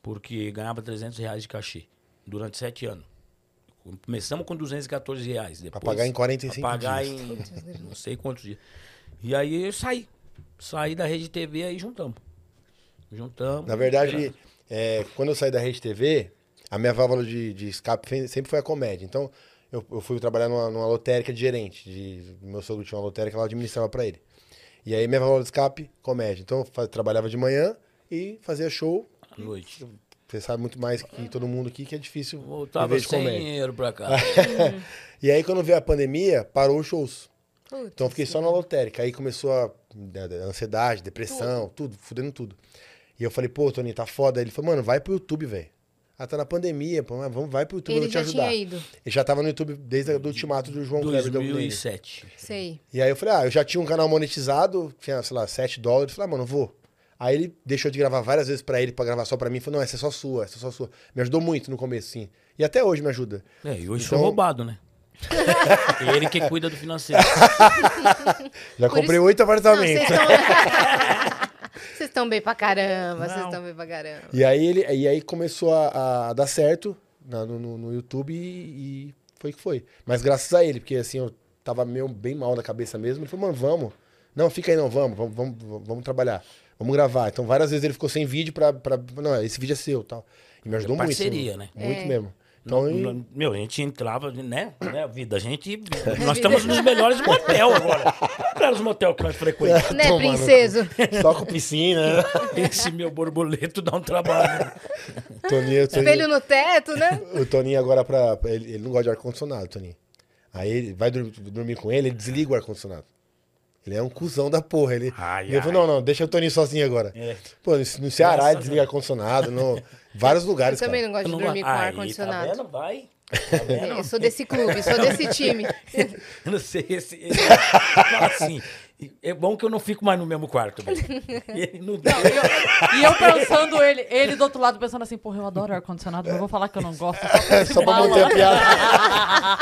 Porque ganhava 300 reais de cachê durante sete anos. Começamos com 214 reais. Depois,
pagar em 45
pra pagar
dias.
em não sei quantos dias. E aí eu saí. Saí da Rede TV aí juntamos. Juntamos.
Na verdade, é, quando eu saí da Rede TV, a minha válvula de, de escape fe- sempre foi a comédia. Então, eu, eu fui trabalhar numa, numa lotérica de gerente. De, meu sogro tinha uma lotérica, ela administrava pra ele. E aí, minha válvula de escape, comédia. Então, eu fa- trabalhava de manhã e fazia show.
à noite.
Você sabe muito mais que todo mundo aqui que é difícil
Voltava
viver de
sem
comédia.
dinheiro pra cá.
e aí, quando veio a pandemia, parou os shows.
Putz.
Então eu fiquei só na lotérica. Aí começou a, da- da ansiedade, depressão, tudo. fudendo tudo. E eu falei, pô, Toninho, tá foda. Ele falou, mano, vai pro YouTube, velho. Ah, tá na pandemia, pô, mas vamos, vai pro YouTube, eu
Ele
vou te
já
ajudar.
tinha ido.
Ele já tava no YouTube desde o ultimato do João Kleber da Unine.
2007.
Sei.
E aí eu falei, ah, eu já tinha um canal monetizado, tinha, sei lá, 7 dólares. Eu falei, ah, mano, eu vou. Aí ele deixou de gravar várias vezes pra ele, pra gravar só pra mim. Falou, não, essa é só sua, essa é só sua. Me ajudou muito no começo, sim. E até hoje me ajuda.
É, e hoje foi
Então-
roubado, né? Ele que cuida do financeiro.
Já
Por
comprei
isso-
oito
Não,
apartamentos.
vocês estão- Vocês estão bem pra caramba. Vocês estão bem pra caramba.
E aí, ele, e aí começou a, a dar certo na- no, no- no YouTube e, e foi o que foi. Mas graças a ele, porque assim, eu tava meio bem mal da cabeça mesmo. Ele falou, mano, vamos. Não, fica aí, não, vamos, vamos, vamos, vamos trabalhar. Vamos gravar. Então, várias vezes ele ficou sem vídeo pra. pra não, esse vídeo é seu tal. E me ajudou
parceria,
muito. assim,
né?
Muito
É.
mesmo. Então, e-
N- Meu, a gente entrava, né? né vida, a gente. Nós estamos nos melhores motel agora. Qual era os motel que nós frequentamos?
Né,
Tomar no cu.
princeso?
Só com
né?
piscina.
Esse meu borboleto dá um trabalho.
Toninho,
Espelho
Toninho,
no teto, né?
o Toninho agora pra. pra- Ele, ele não gosta de ar-condicionado, Toninho. Aí ele vai dur- dormir com ele, ele desliga o ar-condicionado. Ele é um cuzão da porra. Ele,
Ai,
ele falou:
ai.
não, não, deixa o Toninho sozinho agora.
É. né?
Pô, no, no Ceará ele desliga ar-condicionado, no vários
Eu
lugares.
também
cara.
não gosto de
Não-
dormir com
Aí, Tá
ar-condicionado.
vendo? Vai. Tá vendo?
eu É, sou desse clube, sou desse time.
Eu não sei, esse, esse- Fala assim, é bom que eu não fico mais no mesmo quarto. velho. Ele não dá.
E eu- E eu pensando ele, ele do outro lado pensando assim, porra, eu adoro ar-condicionado, mas eu vou falar que eu não gosto.
É só pra manter a piada.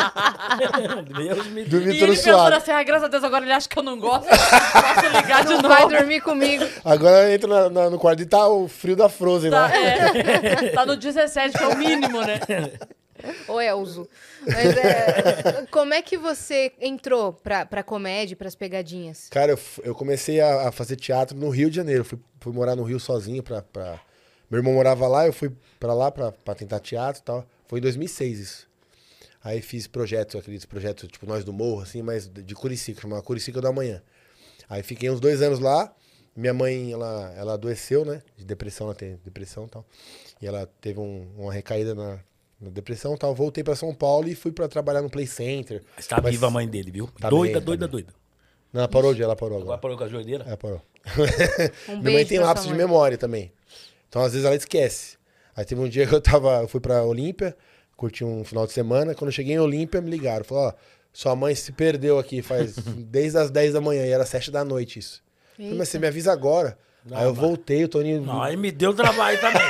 Deus me livre.
Dormir
E ele
todo
pensando
suado.
assim, ah, graças a Deus, agora ele acha que eu não gosto. Posso ligar de
Não
novo.
vai dormir comigo.
Agora entra na- na- no quarto e tá o frio da Frozen
Tá,
lá.
é. Tá no 17, que é o mínimo, né?
Ou é Elzo. Mas é, como é que você entrou pra, pra comédia, pras pegadinhas?
Cara, eu, f- eu comecei a, a fazer teatro no Rio de Janeiro. Fui, fui morar no Rio sozinho pra, pra- Meu irmão morava lá, eu fui pra lá pra, pra tentar teatro e tal. Foi em 2006 isso. Aí fiz projetos, aqueles projetos tipo Nós do Morro, assim, mas de de Curicica, chamava Curicica da Manhã. Aí fiquei uns dois anos lá. Minha mãe, ela, ela adoeceu, né? De depressão, ela tem depressão e tal. E ela teve um- uma recaída na, na depressão e tal. Voltei pra São Paulo e fui pra trabalhar no Play Center.
Mas tá
Mas-
viva a mãe dele, viu?
Tá
doida,
bem, tá
doida,
bem.
doida.
Não, ela parou de, ela parou agora.
Agora parou com a joelheira?
É, parou.
Um
Minha mãe
beijo
tem
pra
lápis
sua
de
mãe.
memória também. Então, às vezes, ela esquece. Aí teve um dia que eu tava, eu fui pra Olímpia, curti um final de semana. Quando eu cheguei em Olímpia, me ligaram. Falaram, ó, sua mãe se perdeu aqui faz desde as 10 da manhã e era 7 da noite isso. Eu Falei, mas você me avisa agora. Aí eu voltei, o Toninho.
Não, aí me deu trabalho também.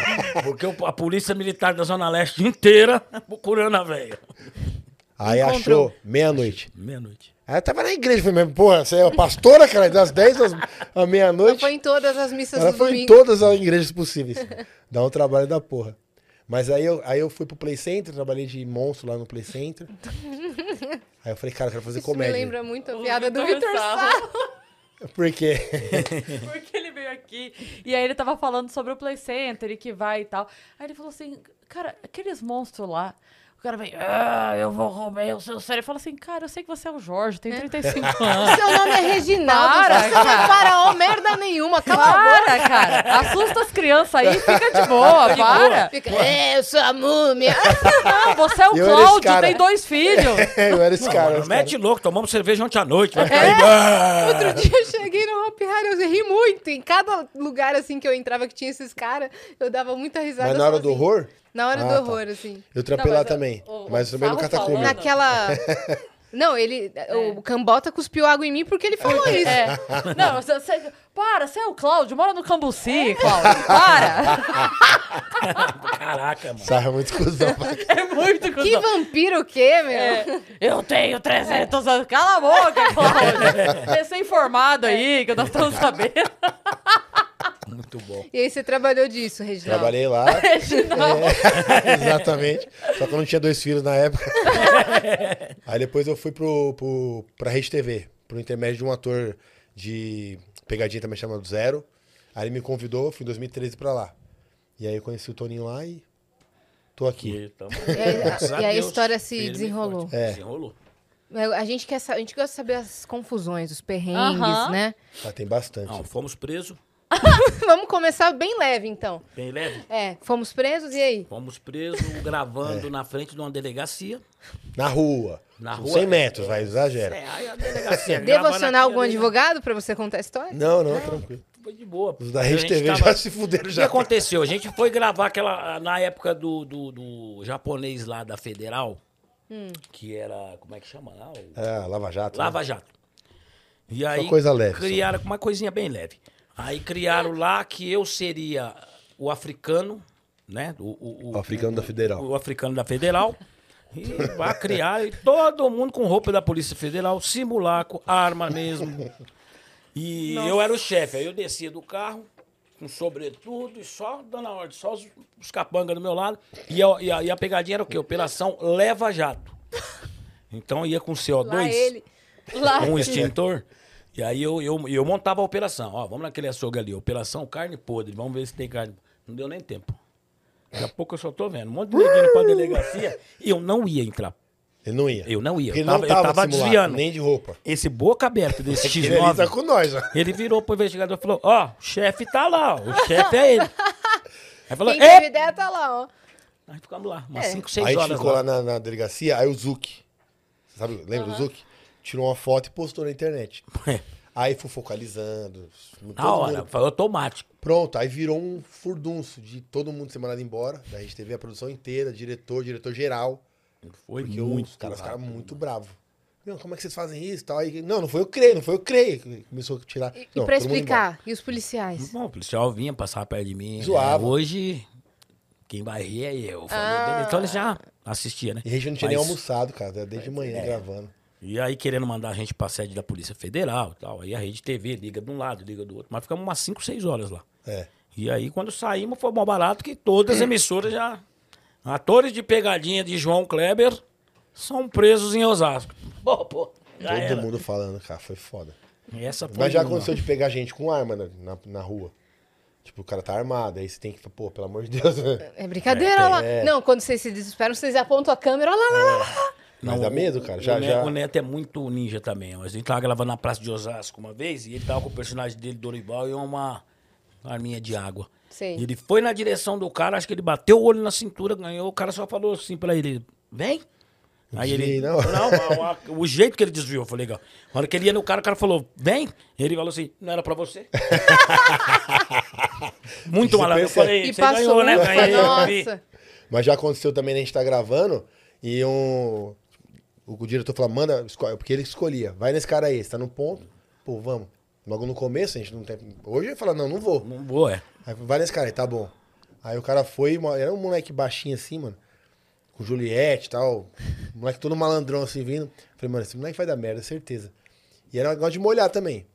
Porque o- a polícia militar da Zona Leste inteira procurando a velha.
aí
encontrou.
achou, meia-noite.
Meia-noite.
Aí eu tava na igreja, falei, mas, porra, você é uma pastora, cara, das 10 às à
Ela
meia-noite.
foi em todas as missas
Ela
do
foi em
domingo.
todas as igrejas possíveis. Dá um trabalho da porra. Mas aí eu, aí eu fui pro Play Center, trabalhei de monstro lá no Play Center. Aí eu falei, cara, eu quero fazer
Isso
comédia.
me lembra muito a piada do
Vitor
Vitor
Sarro.
Sarro.
Por quê?
Porque ele veio aqui e aí ele tava falando sobre o Play Center e que vai e tal. Aí ele falou assim, cara, aqueles monstros lá. O cara vem, ah, eu vou roubar o seu cérebro. Ele fala assim, cara, eu sei que você é o Jorge, tem 35 anos.
Seu nome é Reginaldo.
Para,
você não é
cara.
faraó, merda nenhuma. Cala a boca.
Para, cara. Assusta as crianças aí, fica de boa, para.
Fica, é, eu sou a múmia.
Não, você é o
Eu era esse
Cláudio,
cara.
tem dois filhos.
eu era esse
Não,
cara.
mano,
esse cara.
mete louco, tomamos cerveja ontem à noite.
É?
Vai ficar aí, "Ah!"
Outro dia eu cheguei no Hopi Hari, eu ri muito. Em cada lugar, assim, que eu entrava que tinha esses caras, eu dava muita risada.
Mas
eu
na hora
falava
do
assim,
horror,
Na hora
Ah,
do
tá.
horror, assim.
eu
Não,
trapei
mas
lá
eu-
também.
o- o
mas também no
Sarro
catacumba.
falou, né?
Naquela... Não, ele... O Cambota cuspiu água em mim porque ele falou isso.
É. Não, você, você- para, você é o Cláudio, mora no Cambuci, Cláudio. Para.
Ah! Caraca, mano.
Sarra é muito cuzão. pra caralho.
É muito
Que
cuzão.
vampiro o quê, meu?
É, Eu tenho 300 anos. Cala a boca, É. Cláudio. É. Recém-formado aí, que nós estamos sabendo.
Muito bom.
E aí você trabalhou disso, Reginaldo?
Trabalhei lá, É. exatamente. Só que eu não tinha dois filhos na época. Aí depois eu fui pro, pro, pra Rede TV, pro intermédio de um ator de pegadinha também chamado Zero. Aí ele me convidou, eu fui em 2013 pra lá. E aí eu conheci o Toninho lá e tô aqui.
Que tamo-
E aí-
Graças
e aí a
Deus.
história se
Firme e
desenrolou.
forte.
É.
Desenrolou.
Eu- É. A gente, quer sa- a gente gosta de saber as confusões, os perrengues,
Aham.
né?
Ah, tem bastante.
Não, fomos presos,
Vamos começar bem leve, então.
bem leve.
É, fomos presos e aí?
Fomos presos gravando
É.
na frente de uma delegacia.
Na rua.
Na
São
rua.
100 metros, vai, exagera.
É, aí a delegacia gravando
Devocionar
aquilo
algum
ali,
advogado pra você contar a história?
Não, não, tranquilo.
Foi de boa.
Os da
A gente
Rede TV
tava-
já se fuderam
O que
já.
aconteceu? A gente foi gravar aquela. Na época do, do, do japonês lá da Federal, que era. Como é que chama lá? O-
Ah, Lava Jato. né?
Lava Jato. E aí.
coisa leve, só.
Criaram uma coisinha bem leve. Aí criaram lá que eu seria o africano, né? O,
O africano da Federal.
O africano da Federal. E vai criar. E todo mundo com roupa da Polícia Federal, simulacro, arma mesmo. E eu era o chefe. Aí eu descia do carro, com sobretudo, e só dando a ordem, só os, os capangas do meu lado. E a, e a- e a pegadinha era o quê? Operação Leva Jato. Então ia com CO2.
Lá ele. Lá.
com um extintor. E aí eu, eu, eu montava a operação. Ó, vamos naquele açougue ali. Operação carne podre. Vamos ver se tem carne. Não deu nem tempo. Daqui a pouco eu só tô vendo. Um monte de neguinho pra delegacia. E eu não ia entrar.
Ele não ia.
Eu não ia.
Porque
Eu
ele não
tava- eu
tava,
tava
simulado,
desviando.
Nem de roupa.
Esse boca aberta desse
Ele tá
X9.
com nós, ó.
Ele virou pro investigador e falou: Ó, o chefe tá lá, ó, o chefe é ele. Aí falou:
Quem teve
É!
ideia tá lá, ó.
Aí ficamos lá, umas 5,
Aí
6
a gente
horas.
ficou
Lá.
lá na, na delegacia, aí o Zuki, sabe, lembra do Zuki? Tirou uma foto e postou na internet. Aí foi focalizando.
Na
todo
hora,
mundo-
foi automático.
Pronto, aí virou um furdunço de todo mundo ser mandado embora. Da gente teve a produção inteira, diretor, diretor geral.
Foi
Porque
muito.
os caras ficaram
rápido.
muito bravos. Não, como é que vocês fazem isso? e Tal. Aí, não, não foi eu que criei, não foi eu que criei. Começou a tirar.
E,
não,
e pra
todo mundo embora.
explicar, e os policiais?
Bom, o policial vinha passar perto de mim. né?
Zoava.
Hoje, quem vai rir é eu. Falei, "Beleza." Então ele já assistia, né?
E a gente não tinha nem
Mas- é.
almoçado, cara. era Desde manhã gravando.
E aí querendo mandar a gente pra sede da Polícia Federal e tal. Aí a rede TV liga de um lado, liga do outro. Mas ficamos umas 5, 6 horas lá.
É.
E aí, quando saímos, foi bom barato que todas as emissoras já. Atores de pegadinha de João Kleber são presos em Osasco. Pô, pô. já
Todo
era.
mundo falando, cara, foi foda.
E Essa foi
Mas já
uma.
aconteceu de pegar gente com arma na, na, na rua. Tipo, o cara tá armado, aí você tem que, pô, pelo amor de Deus. né?
É brincadeira, ó lá. Não, quando vocês se desesperam, vocês apontam a câmera, ó lá, lá, lá, lá.
Mas
Não,
dá
o-
medo, cara.
o
Já,
Ne-
já.
O Neto é muito ninja também. ó. A gente tava gravando na Praça de Osasco uma vez e ele tava com o personagem dele, Dorival, e uma arminha de água.
Sei.
E ele foi na direção do cara, acho que ele bateu o olho na cintura, ganhou. O cara só falou assim pra ele: vem. Aí
Desviei,
ele.
não.
a- a- o jeito que ele desviou, eu falei, legal. Na hora que ele ia no cara, o cara falou, vem. Ele falou assim, não era pra você. muito
Você
malandro. Eu
percebe.
falei,
E
você
passou
ganhou, né?
ufa,
Ganhei, eu vi."
nossa.
Mas já aconteceu também, né, a gente tá gravando e um. O diretor fala, manda, escolhe, porque ele escolhia. Vai nesse cara aí, você tá no ponto. Pô, vamos. Logo no começo, a gente não tem. Hoje ele fala, não, não vou.
Não vou, é.
Aí eu falei, vai nesse cara aí, tá bom. Aí o cara foi, uma- era um moleque baixinho assim, mano. Com Juliette e tal. um Moleque todo malandrão assim vindo. Falei, mano, esse moleque vai dar merda, certeza. E era um negócio de molhar também.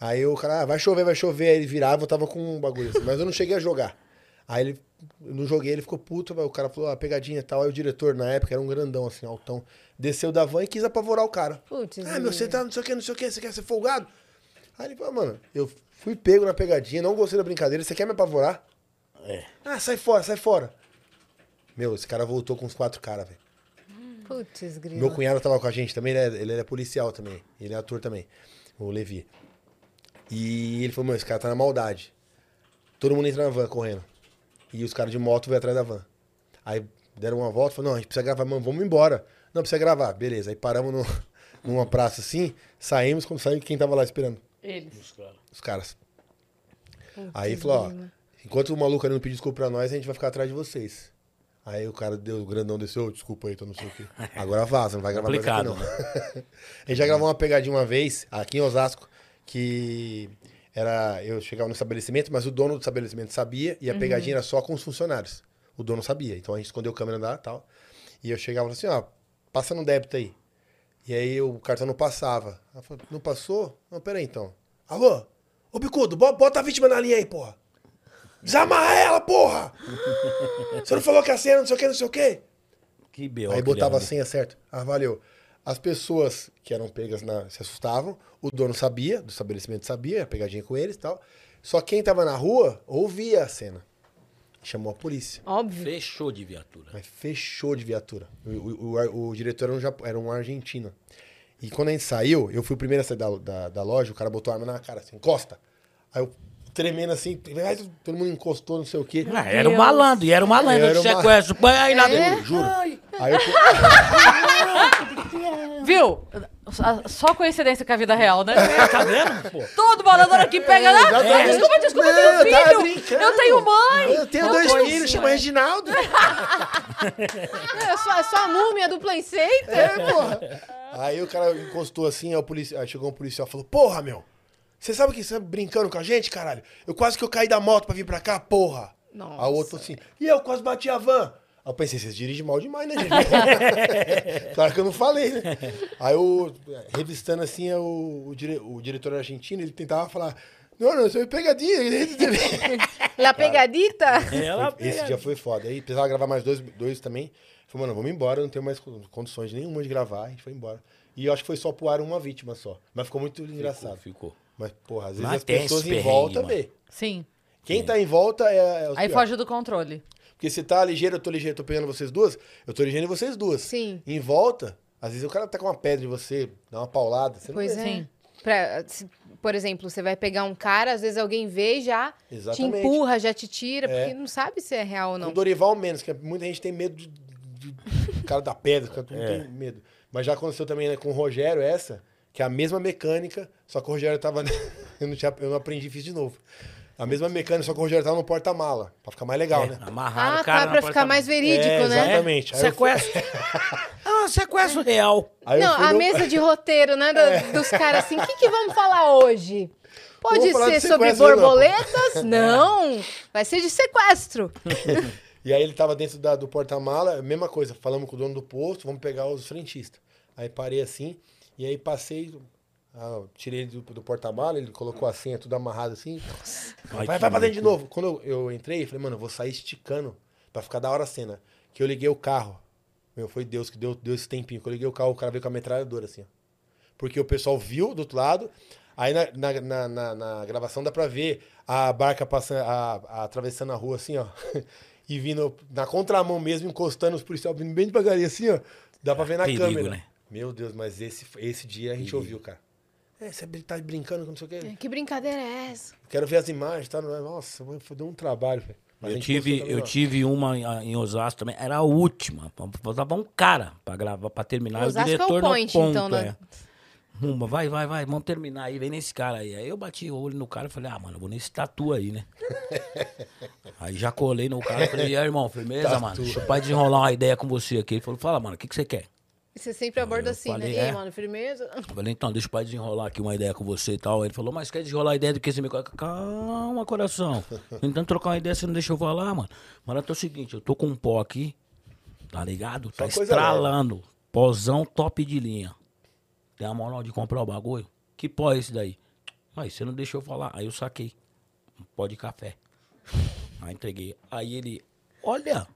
Aí o cara, ah, vai chover, vai chover. Aí ele virava, eu tava com um bagulho assim. Mas eu não cheguei a jogar. Aí ele, eu não joguei, ele ficou puto. O cara falou, ah, pegadinha e tal. Aí o diretor, na época, era um grandão assim, altão. Desceu da van e quis apavorar o cara.
Putz,
ah, meu, você tá não sei o que, não sei o que, você quer ser folgado? Aí ele falou, mano, eu fui pego na pegadinha, não gostei da brincadeira, você quer me apavorar?
É.
Ah, sai fora, sai fora. Meu, esse cara voltou com os quatro caras, velho.
Putz,
Meu
grilo.
cunhado tava com a gente também, né? Ele era policial também. Ele é ator também, o Levi. E ele falou, mano, esse cara tá na maldade. Todo mundo entra na van correndo. E os caras de moto vêm atrás da van. Aí deram uma volta, falou, não, a gente precisa gravar, mano, vamos embora. Não, precisa gravar. Beleza, aí paramos no- numa praça assim, saímos, quando saiu, quem tava lá esperando?
Eles.
Os caras. Aí falou, ó, enquanto o maluco ali não pedir desculpa pra nós, a gente vai ficar atrás de vocês. Aí o cara deu, o grandão desceu, "Ô, desculpa aí, tô não sei o quê. Agora vaza, não vai gravar mais aqui,
Complicado,
não. a gente já gravou uma pegadinha uma vez, aqui em Osasco, que era. Eu chegava no estabelecimento, mas o dono do estabelecimento sabia, e a pegadinha era só com os funcionários. O dono sabia. Então a gente escondeu a câmera lá e tal. E eu chegava e falava assim, ó, passa no débito aí. E aí o cartão não passava. Ela falou, não passou? Não, peraí então. Alô? Ô Bicudo, bo- bota a vítima na linha aí, porra. Desamarra ela, porra! Você não falou que é a senha não sei o que, não sei o que.
Que B.O.
Aí
que ele
botava a
arrumou.
senha certo. Ah, valeu. As pessoas que eram pegas na- se assustavam, o dono sabia, do estabelecimento sabia, a pegadinha com eles e tal. Só quem tava na rua ouvia a cena. Chamou a polícia.
Óbvio.
Fechou de viatura.
Mas fechou de viatura. O, o- o- o diretor era um, japo- era um argentino. E quando a gente saiu, eu fui o primeiro a sair da, da, da loja, o cara botou a arma na cara, assim, encosta. Aí eu tremendo assim, ai, todo mundo encostou, não sei o quê.
Ah, era um malandro, e era um malandro
Era
de
uma-
sequestro. Põe aí
É?
na dentro, juro.
Aí eu,
Viu? Só- Só coincidência com a vida real, né?
Tá vendo? Pô,
Todo balador aqui pega lá.
exatamente.
Ah, Desculpa, desculpa, eu
Não, tá
tenho um filho.
brincando.
eu tenho mãe.
eu tenho dois
tenho-
filhos, chama Reginaldo.
Não, é só, é só a múmia do Play Center.
É, porra. Aí o cara encostou assim, aí, o polici- aí chegou um policial e falou: Porra, meu, você sabe que você tá brincando com a gente, caralho? Eu quase que eu caí da moto pra vir pra cá, porra.
Nossa.
Aí o outro assim: E eu quase bati a van. Aí eu pensei: Vocês dirigem mal demais, né, gente? claro que eu não falei, né? Aí o. Revistando assim, é o, o, dire- o diretor argentino, ele tentava fafalar: Não, não, isso é pegadinha.
La pegadita.
ela
Esse dia foi foda. Aí precisava gravar mais dois, dois também. Falei, mano, vamos embora, eu não tenho mais con- condições nenhuma de gravar. A gente foi embora. E eu acho que foi só pro ar uma vítima só. Mas ficou muito engraçado.
Ficou.
Mas, porra, às vezes
Mas
as
tem
pessoas
esse
em
perrengue,
volta
mano.
vê.
Sim.
Quem tá em volta é, é os
Aí
pior.
foge do controle.
Porque se tá ligeiro, eu tô ligeiro, eu tô pegando vocês duas, eu tô ligeiro em vocês duas.
Sim.
Em volta, às vezes o cara tá com uma pedra em você, dá uma paulada. Você não
Pois
vê.
é.
Sim.
Pra- se- por exemplo, você vai pegar um cara, às vezes alguém vê e já
Exatamente.
te empurra, já te tira,
É.
porque não sabe se é real ou
Com
não.
O Dorival menos, que muita gente tem medo de, de- do cara da pedra, o cara não tem medo. Mas já aconteceu também né, com o Rogério essa, que é a mesma mecânica, só que o Rogério tava. eu, não tinha, eu não aprendi, fiz de novo. A mesma mecânica, só que o Rogério tava no porta-mala. Pra ficar mais legal, né?
É, Amarraram
Ah,
o cara
tá,
na
pra
porta-
ficar mais verídico,
É,
né?
Exatamente.
É,
Aí eu fui-
sequestro. ah, sequestro real.
Aí eu
não,
fui
a
no- É.
mesa de roteiro, né? da- dos caras assim, o que, que vamos falar hoje? Pode
Vamos falar de
ser sobre
sequestro, né, É. não.
borboletas? Não. Vai ser de sequestro.
E aí ele tava dentro da- do porta-mala, é mesma coisa, falamos com o dono do posto, vamos pegar os frentistas. Aí parei assim, e aí passei, ah, tirei ele do, do porta-mala, ele colocou a senha tudo amarrado assim.
Ai,
vai
que
vai pra dentro de
loucura.
novo. Quando eu, eu entrei, eu falei, mano, eu vou sair esticando pra ficar da hora a cena. Que eu liguei o carro. Meu, foi Deus que deu, deu esse tempinho. Que eu liguei o carro, o cara veio com a metralhadora assim, ó. Porque o pessoal viu do outro lado. Aí na, na, na, na- na gravação dá pra ver a barca passando, a- a- atravessando a rua assim, ó. E vindo na contramão mesmo, encostando os policiais, vindo bem devagarinho assim, ó. Dá pra ver na
Perigo,
câmera.
né?
Meu Deus, mas esse, esse dia a gente ouviu, cara. É, você tá brincando com não sei o quê.
Que brincadeira é essa?
Quero ver as imagens, tá? Nossa, mãe, foi- deu um trabalho, velho. Mas a
Eu
gente
tive,
postou também,
eu
ó.
tive uma em- em Osasco também, era a última. Faltava um cara pra gravar, pra terminar.
Osasco é
o
o
diretor
point,
no ponto,
então, né?
é. Rumba, vai, vai, vai, vamos terminar aí, vem nesse cara aí. Aí eu bati o olho no cara e falei, ah, mano, eu vou nesse tatu aí, né? aí já colei no cara e falei, e aí, irmão, firmeza, mano? Deixa eu pra desenrolar uma ideia com você aqui. Ele falou, fala, mano, o que, que você quer?
Você sempre aborda assim,
falei,
né? E aí,
é.
mano, firmeza?
Eu falei, então, deixa o pai desenrolar aqui uma ideia com você e tal. Ele falou, mas quer desenrolar a ideia do que você me coloca? Calma, coração. Tentando trocar uma ideia, você não deixa eu falar, mano. Mas é o seguinte, eu tô com um pó aqui, tá ligado? Tá
coisa
estralando. Pozão top de linha. Tem a moral de comprar o bagulho? Que pó é esse daí? Mas você não deixou eu falar. Aí eu saquei. Um pó de café. Aí entreguei. Aí ele, olha.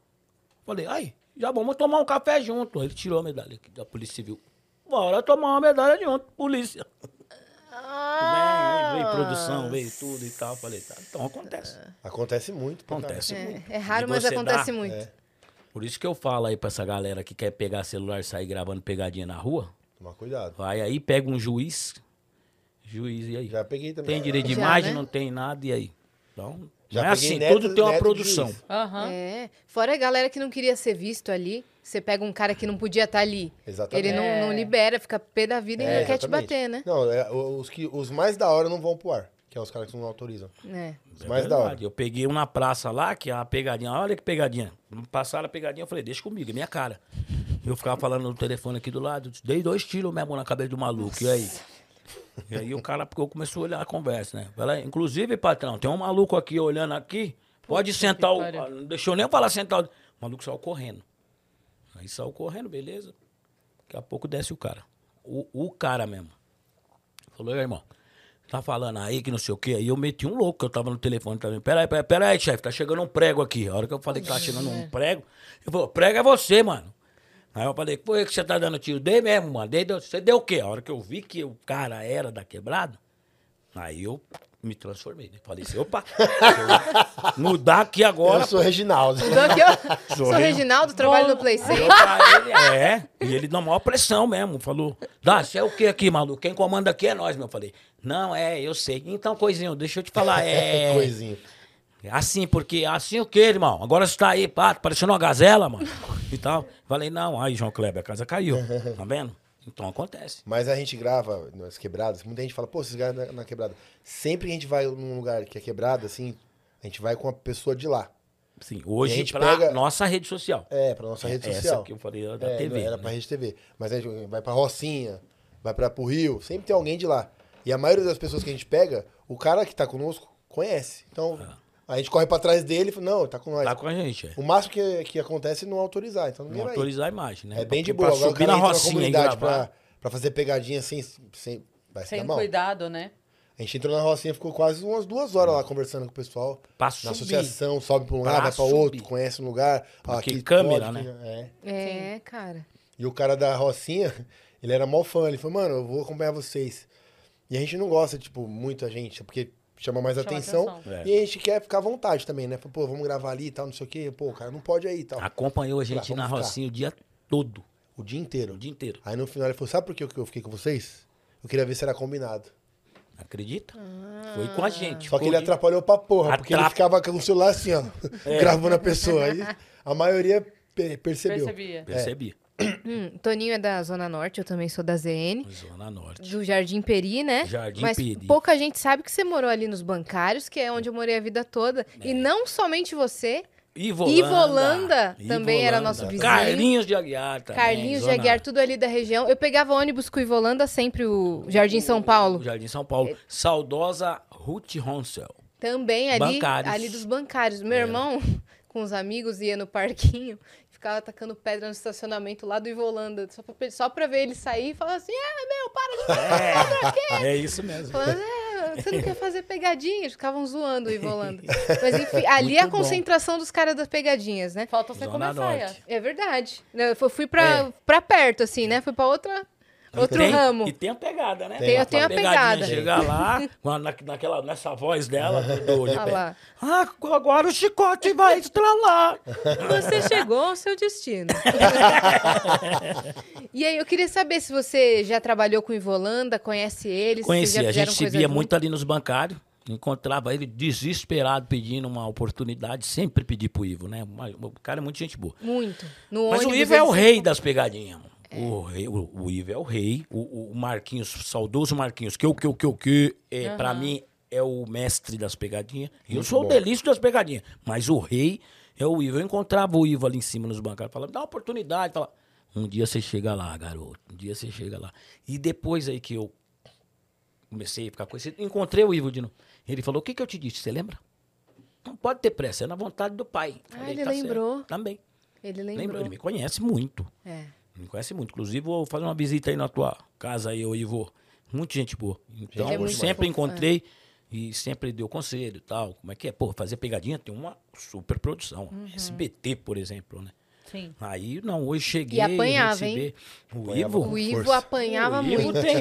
Falei, ai, já vamos tomar um café junto. Ele tirou a medalha aqui da Polícia Civil. Bora tomar uma medalha junto, polícia.
Ah,
Vem, aí veio produção, veio tudo e tal. Falei, tá, então acontece.
Acontece muito, pô, cara.
Acontece muito.
É, é raro,
E
mas
você
acontece
dá.
muito.
Por isso que eu falo aí pra essa galera que quer pegar celular e sair gravando pegadinha na rua.
Toma cuidado.
Vai aí, pega um juiz. Juiz, e aí?
Já peguei também.
Tem direito de
Já,
imagem,
né?
não tem nada, e aí? Então,
Já
não é
peguei
assim,
neto-
tudo tem uma
neto de
produção.
juiz.
Aham.
É. Fora a galera que não queria ser visto ali, você pega um cara que não podia estar ali.
Exatamente.
Ele não, não libera, fica pé da vida e
É,
ainda quer te
exatamente.
bater, né?
Não, é, os, que, os mais da hora não vão pro ar, que é os caras que não autorizam.
É.
Os
É
mais da
verdade.
hora.
Eu peguei um na praça lá, que é uma pegadinha. Olha que pegadinha. Passaram a pegadinha, eu falei, deixa comigo, é minha cara. Eu ficava falando no telefone aqui do lado, dei dois tiros mesmo na cabeça do maluco, e aí? E aí o cara porque eu começou a olhar a conversa, né? Falei, inclusive, patrão, tem um maluco aqui olhando aqui, pode sentar o...
pariu.
ah, Não deixou nem eu falar sentar o... O maluco saiu correndo. Aí saiu correndo, beleza. Daqui a pouco desce o cara. O, o cara mesmo. Falou, "Ei, irmão, tá falando aí que não sei o quê. Aí eu meti um louco, que eu tava no telefone também. Peraí, peraí, peraí, chefe, tá chegando um prego aqui. A hora que eu falei que tava chegando um prego, ele falou, prego é você, mano. Aí eu falei, por que você tá dando tiro? Dei mesmo, mano. Dei, deu- você deu o quê? A hora que eu vi que o cara era da quebrada, aí eu me transformei. Né? Falei assim, opa, se eu mudar aqui agora.
eu sou Reginaldo.
Então aqui, ó. Sou
Sorrindo.
Reginaldo, trabalho no Play
Aí
Center.
eu pra ele, é, e ele dá maior pressão mesmo. Falou, Dá, você é o que aqui, maluco? Quem comanda aqui é nós, meu. Eu falei, não, é, eu sei. Então, coisinho, deixa eu te falar, é.
Coisinho.
Assim, porque assim o que, irmão? Agora você tá aí, pá, parecendo uma gazela, mano. E tal. Falei, não, aí, João Kleber, a casa caiu. Tá vendo? Então acontece.
Mas a gente grava nas quebradas, muita gente fala, pô, vocês gravam na, na quebrada. Sempre que a gente vai num lugar que é quebrada, assim, a gente vai com a pessoa de lá.
Sim,
E a
hoje
gente
pra
pega-
nossa rede social.
É, pra nossa rede
Essa
social.
que eu falei era da
É,
TV,
Era
né?
pra rede TV. Mas a gente vai pra Rocinha, vai pra, pro Rio, sempre tem alguém de lá. E a maioria das pessoas que a gente pega, o cara que tá conosco conhece. Então, a gente corre pra trás dele e fala, não, tá com nós.
Ah. Tá com a gente, é.
O máximo que, que acontece é não autorizar, então ninguém
Não
vai ir.
autorizar a imagem, né?
É bem de
Porque
boa.
Pra
Agora o
subir
cara
na
entra
rocinha e
comunidade
gravar.
pra, pra fazer pegadinha sem... sem vai se dar
Sem
mal.
cuidado, né?
A gente entrou na rocinha, ficou quase umas duas horas lá conversando com o pessoal.
Pra
Na
subir.
associação, sobe pra um
Pra
lado, vai pra outro,
subir.
conhece um lugar. ó,
Porque
aqui
câmera,
pode,
né?
aqui- é.
É, cara.
E o cara da Rocinha, Ele era mó fã, ele falou, mano, eu vou acompanhar vocês. E a gente não gosta, tipo, muito a gente, porque chama mais
Chama
atenção.
atenção.
É.
E a gente quer ficar à vontade também, né? Fala, Pô, vamos gravar ali e tal, não sei o quê. Pô, o cara não pode aí e
Ah.
tal.
Acompanhou a gente
Vamos
na
ficar.
Rocinha o dia todo.
O dia inteiro.
O dia inteiro.
Aí no final ele falou, sabe por que eu- que eu fiquei com vocês? Eu queria ver se era combinado.
Acredita?
Ah.
Foi com a gente.
Só que
ficou
ele
o dia-
atrapalhou pra porra, porque ele
Atrap-
ficava com o celular assim, ó,
É.
gravando a pessoa. Aí a maioria pe- percebeu.
Percebia.
Percebi.
Hum, Toninho é da Zona Norte, eu também sou da ZN.
Zona Norte.
Do Jardim Peri, né?
Jardim
Mas
Peri.
pouca gente sabe que você morou ali nos bancários, que é onde eu morei a vida toda.
É.
E não somente você,
Ivolanda.
Ivolanda também era nosso vizinho.
Carlinhos de Aguiar também.
Carlinhos de
Zona-
Aguiar, tudo ali da região. Eu pegava ônibus com o Ivolanda sempre, o Jardim São Paulo.
Jardim São Paulo.
É.
Saudosa Ruth Ronsel.
Também ali,
Bancários. É.
ali dos bancários. Meu irmão, com os amigos, ia no parquinho, ficava atacando pedra no estacionamento lá do Ivolanda, só pra, pe- só pra ver ele sair e falar assim, é, meu, para de...
É, é isso mesmo.
Falando, é, você não quer fazer pegadinha? Eles ficavam zoando o Ivolanda. Mas enfim, ali é a
Muito bom.
concentração dos caras das pegadinhas, né?
Falta você
Zona
começar,
Norte.
Ian.
É verdade. Eu fui- fui pra,
É.
pra perto, assim, né? Fui pra outra, outro
Tem-
ramo.
E tem a pegada, né?
Tem- eu tenho a pegada.
Chegar lá, com a- na, naquela, nessa voz dela, do, do de
Ah
pé.
lá.
Ah, agora o chicote vai estralar.
Você chegou ao seu destino. e aí, eu queria saber se você já trabalhou com o Ivolanda, conhece ele, se
Conheci,
já
a gente
fizeram
se
coisa
via
junto.
muito ali nos bancários. Encontrava ele desesperado pedindo uma oportunidade. Sempre pedi pro Ivo, né? Mas O cara é muito gente boa.
Muito. No
Mas o
ônibus,
Ivo é
ele
o
sempre- É.
rei das pegadinhas. mano. O, rei, o, o Ivo é o rei. O, o Marquinhos, saudoso Marquinhos, que o que o que o que, é, pra mim é o mestre das pegadinhas. Eu sou o delício das pegadinhas. Mas o rei é o Ivo. Eu encontrava o Ivo ali em cima nos bancários, falava, dá uma oportunidade. Fala, um dia você chega lá, garoto. Um dia você chega lá. E depois aí que eu comecei a ficar conhecido, encontrei o Ivo de novo. Ele falou, o que, que eu te disse? Você lembra? Não pode ter pressa, é na vontade do pai. "Tá
Ah, ele lembrou.
Também.
Ele
Lembrou,
lembrou.
ele me conhece muito.
É.
Me conhece muito. Inclusive, vou fazer uma visita aí na tua casa aí, ô Ivo. Muita gente boa. Então,
boa
é
eu
demais.
sempre encontrei e sempre deu conselho e tal. Como é que é? Pô, fazer pegadinha tem uma super produção.
Uhum.
SBT, por exemplo, né?
Sim.
Aí, não, hoje cheguei.
E apanhava,
recebi- O
Apanhava
Ivo.
O Ivo
Força.
apanhava
o Ivo
muito.
tem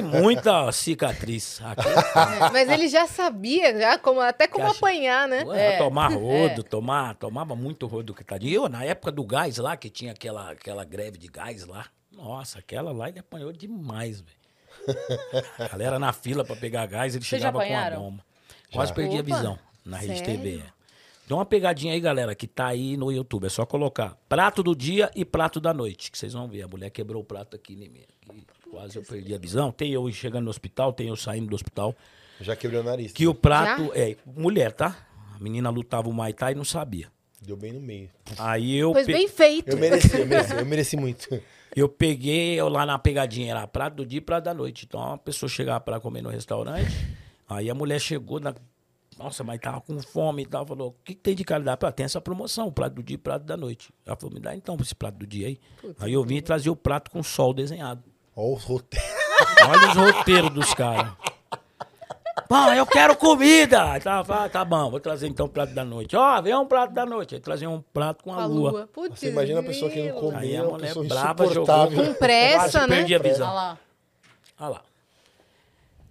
muita cicatriz. Aqui,
É, Mas ele já sabia, já como, até como
Que acha-
apanhar, né?
Ué, Tomar rodo, tomar, tomava muito rodo que tadinho. Eu, na época do gás lá, que tinha aquela, aquela greve de gás lá. Nossa, aquela lá ele apanhou demais, velho. A galera na fila pra pegar gás, ele
Vocês já
chegava com a
apanharam?
bomba. Quase
Já.
perdi a
Opa,
visão na Rede
sério?
TV. é. Dá uma pegadinha aí, galera, que tá aí no YouTube. É só colocar prato do dia e prato da noite, que vocês vão ver. A mulher quebrou o prato aqui em mim. aqui. Quase eu perdi a visão. Tem eu chegando no hospital, tem eu saindo do hospital.
Já quebrou o nariz.
Que o prato é mulher, tá? A menina lutava o Muay Thai e não sabia.
Deu bem no meio.
Aí eu,
Pois
pe-
bem feito.
Eu mereci, eu mereci, eu mereci muito.
eu peguei eu lá na pegadinha, era prato do dia e prato da noite. Então a pessoa chegava pra comer no restaurante, aí a mulher chegou na. Nossa, mas tava com fome e tal. Falou: o que, que tem de caridade? Ela tem essa promoção, prato do dia e prato da noite. Ela falou: me dá então esse prato do dia aí. aí eu vim e trazia o prato com sol desenhado.
Ó, os roteiros.
Olha os roteiros dos caras. Bom, eu quero comida. Tá, fala, tá bom, vou trazer então o prato da noite. Ó, vem um prato da noite. Aí trazia um prato com a,
Com a
lua.
lua. Putz,
Você imagina a pessoa que não
meu.
comeu,
Aí a
uma
mulher
pessoa
brava
insuportável.
jogou.
Com pressa,
Quase
né?
perdi a
Olha
visão.
lá.
Olha lá.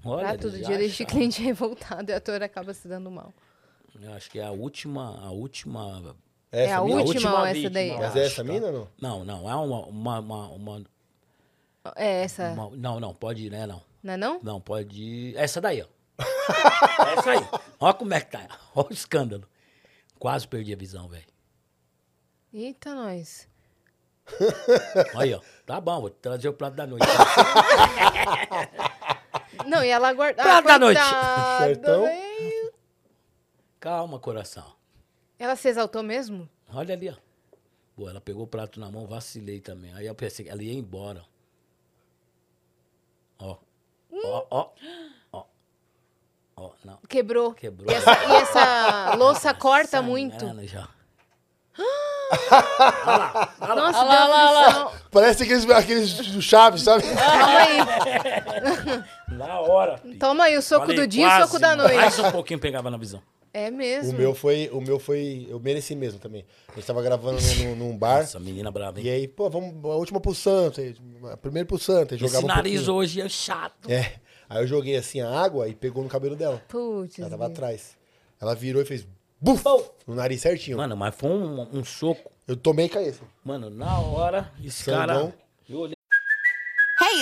Olha,
Pra todo
eles
dia deixa o
acham-
cliente revoltado e a ator acaba se dando mal.
Eu acho que é a última, a última...
É a
mina?
última,
última
ou essa
vítima,
daí?
eu
Mas
acho,
é essa
tá?
mina, não?
Não, não, é uma... uma, uma, uma-
É essa,
uma- não, não, pode ir, né, não.
não é não?
Não, pode ir... É Essa daí, ó. É Essa aí. Olha como é que tá. Olha o escândalo. Quase perdi a visão, velho.
Eita, nós.
Aí, ó. Tá bom, vou trazer o prato da noite.
Não, e ela guarda.
Pra da noite.
coitada,
Sertão.
velho.
Calma, coração.
Ela se exaltou mesmo?
Olha ali, ó. Pô, ela pegou o prato na mão, vacilei também. Aí eu pensei que ela ia embora. Ó. Ó, ó. Ó. Ó, não.
Quebrou.
Quebrou.
E essa, e essa louça corta
Sangrando
muito.
Já.
Nossa,
Olha lá,
deu
olha lá,
aflição.
Parece aqueles, aqueles do Chaves, sabe?
Toma aí.
Na hora. filho.
Toma aí, o soco
Falei,
do dia e o Então, soco
quase,
da noite.
Mais um pouquinho pegava na visão.
É
O
mesmo.
meu foi. O meu foi. Eu mereci mesmo também. A gente tava gravando num, num bar.
Nossa, menina brava,
E
hein?
aí, pô, vamos. A última pro Santos. aí, A primeira pro Santos. aí Jogava
Esse
um
nariz
pouquinho.
hoje é chato.
É. Aí eu joguei assim a água e pegou no cabelo dela.
Putz.
Ela tava atrás. Ela virou e fez. Buf! No nariz certinho.
Mano, mas foi um, um soco.
Eu tomei e caí. assim.
Mano, na hora, esse
Sandão.
cara... Eu olhei,
Hey,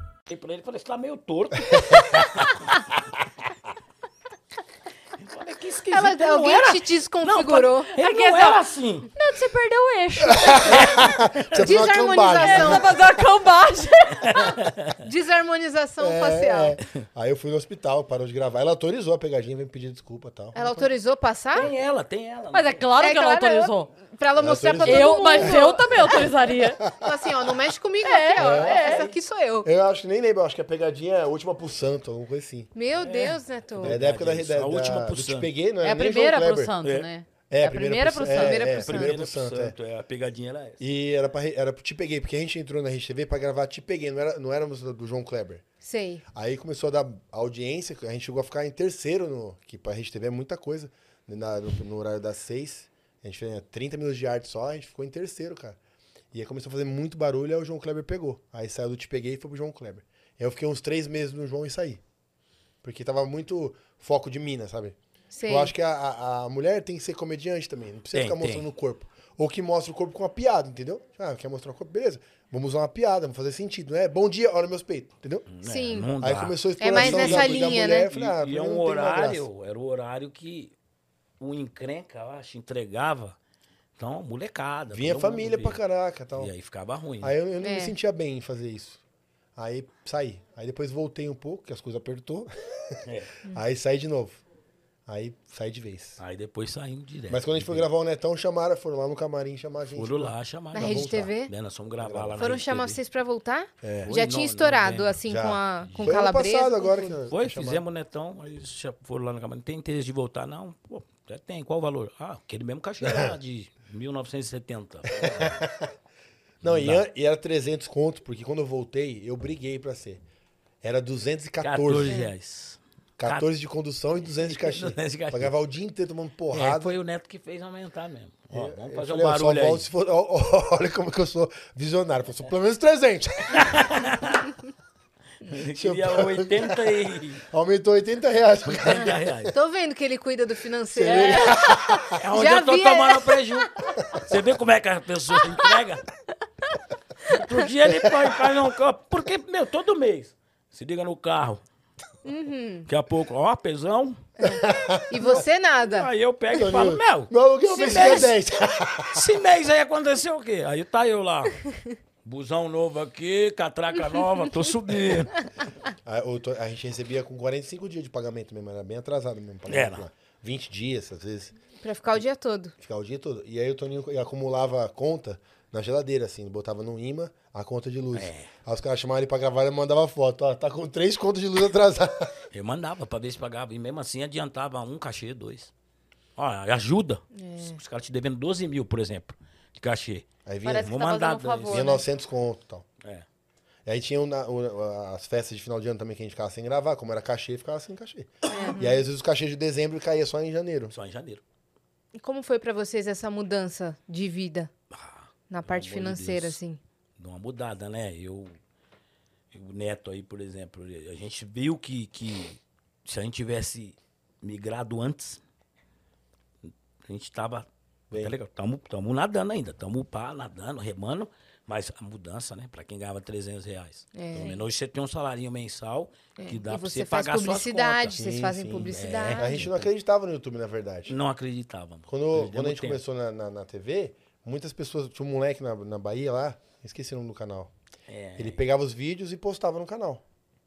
pra ele e falei, você tá meio torto. Eu falei, que esquisito.
Ela-
ele não
alguém
era-
te
Não,
desconfigurou. é
pare- ele não era assim.
Não, você perdeu o eixo.
É
Você fez uma
Desarmonização.
cambagem, né?
fazer uma cambagem.
Desarmonização facial.
É, é. Aí eu fui no hospital, parou de gravar. Ela autorizou a pegadinha, veio me pedir desculpa e tal.
Ela autorizou passar?
Tem ela, tem ela.
Mas é claro
É
que ela
claro,
autorizou.
Pra ela mostrar pra todo
Eu,
mundo.
mas eu É, também autorizaria.
Fala assim, ó, não mexe comigo aqui, ó. Essa aqui sou eu.
Eu acho que nem lembro, eu acho que a pegadinha é a última pro santo, alguma coisa assim.
Meu Deus, Neto.
É da época da,
isso,
da,
a última
da,
pro
do Te
santo.
Peguei, não
É
era
a
nem João
primeira pro
Kleber.
Santos,
É.
né?
É,
a primeira pro Santos.
Santos. É,
Primeira
é,
pro
primeira pro santo, é.
é. A pegadinha era essa.
E era pra, re- era pro Te Peguei, porque a gente entrou na RedeTV pra gravar Te Peguei, não, era, não éramos do do João Kleber.
Sei.
Aí começou a dar audiência, a gente chegou a ficar em terceiro, no, que pra RedeTV é muita coisa, né, na- no, no horário das seis. A gente fez 30 minutos de arte só, a gente ficou em terceiro, cara. E aí começou a fazer muito barulho, aí o João Kleber pegou. Aí saiu do Te Peguei e foi pro João Kleber. Aí eu fiquei uns três meses no João e saí. Porque tava muito foco de mina, sabe?
Sei.
Eu acho que a, a- a mulher tem que ser comediante também. Não precisa
Tem,
ficar
tem.
mostrando o corpo. Ou que mostra o corpo com uma piada, entendeu? Ah, quer mostrar o corpo? Beleza. Vamos usar uma piada, vamos fazer sentido, né? Bom dia, olha meus peitos, entendeu?
Sim.
né? Não dá.
Aí começou a exploração
É mais
da-
nessa
da
linha,
mulher,
né?
eu falei, ah,
E, e é
pra mim
um
não tem mais graça.
horário, era o horário que o encrenca, eu acho, entregava. Então, molecada.
Vinha
todo
família
mundo
pra
via.
caraca tal.
E aí ficava ruim. né?
Aí eu, eu não
É.
me sentia bem em fazer isso. Aí saí. Aí depois voltei um pouco, que as coisas apertou.
É.
Aí saí de novo. Aí saí de vez.
Aí depois saímos direto.
Mas quando a gente foi gravar o Netão, chamaram, foram lá no camarim chamar a gente.
é. Foram lá chamar.
Na
nós.
Rede TV?
Né, nós fomos gravar lá na
Foram
Rede
chamar
TV.
vocês pra voltar?
Foi
Já
no-
tinha
no
estourado,
novembro.
assim,
Já.
com a com
Foi ano
calabresa.
passado
com
agora.
tudo.
Que
Foi,
chamaram.
fizemos o netão, aí eles já foram lá no camarim. Tem interesse de voltar? Não. Pô, já tem. Qual o valor? Ah, aquele mesmo cachê lá de 1970.
Não, e, an- e era 300 conto, porque quando eu voltei, eu briguei pra ser. Era
14
214. 14,
reais.
de condução e 200 de caixinha.
200 de caixinha.
pra gravar o dia inteiro tomando
É,
porrada.
foi o Neto que fez aumentar mesmo. Ó, vamos
Eu
fazer
falei,
um
ó, só
barulho aí.
volto se for- ó, ó, olha como que eu sou visionário. Eu sou pelo menos 300.
Ele queria 80 é e...
Aumentou 80 reais.
80 reais.
Tô vendo que ele cuida do financeiro.
É onde
Já
eu tô
vi,
tomando prejuízo. Você vê como é que a pessoa entrega? Outro dia ele põe faz um copo. Porque, meu, todo mês. Se liga no carro. Daqui a pouco, ó, pesão.
E você nada.
Aí eu pego e falo, meu,
Meu aluguel
se
é vai ser
mês,
10.
esse mês aí aconteceu o quê? Aí tá eu lá. Busão novo aqui, catraca nova, tô subindo.
a, eu tô- a gente recebia com 45 dias de pagamento mesmo. Era bem atrasado mesmo. o pagamento
Era.
lá. 20 dias, às vezes.
Pra ficar o dia todo.
Ficar o dia todo. E aí o Toninho acumulava a conta na geladeira, assim. Botava no imã a conta de luz. Aí os caras chamavam ele pra gravar e mandava foto. Ó, tá com três contas de luz atrasada.
Eu mandava pra ver se pagava. E mesmo assim adiantava um cachê, dois. Olha, ajuda.
É.
Os caras te devendo 12 mil, por exemplo, de cachê.
Aí vinha,
Parece que
vou
tá fazendo
mandar
um
dois.
favor,
vinha
né?
900 conto e tal.
É.
E aí tinha o na- o- as festas de final de ano também que a gente ficava sem gravar. Como era cachê, ficava sem cachê. E aí às vezes os cachês de dezembro caía só em janeiro.
né?
Só em janeiro.
E como foi pra vocês essa mudança de vida? Na parte
Ah, amor de
financeira,
Deus.
assim.
Dá uma mudada, né? Eu. O Neto aí, por exemplo, a gente viu que, que se a gente tivesse migrado antes, a gente tava. Tá legal, tamo, tamo nadando ainda, tamo pá, nadando, remando, mas a mudança, né? Pra quem ganhava 300 reais. Pelo menos hoje você tem um salarinho mensal que dá
É. e
pra
você
você
faz
pagar suas
publicidade,
contas.
vocês
Sim,
fazem
sim. É,
publicidade.
A gente não acreditava no YouTube, na verdade.
Não acreditava. mano.
Quando,
Perdemos
quando a gente
tempo.
começou na, na, na TV, muitas pessoas. Tinha um moleque na, na Bahia lá, esqueci o nome do canal.
É.
Ele pegava os vídeos e postava no canal.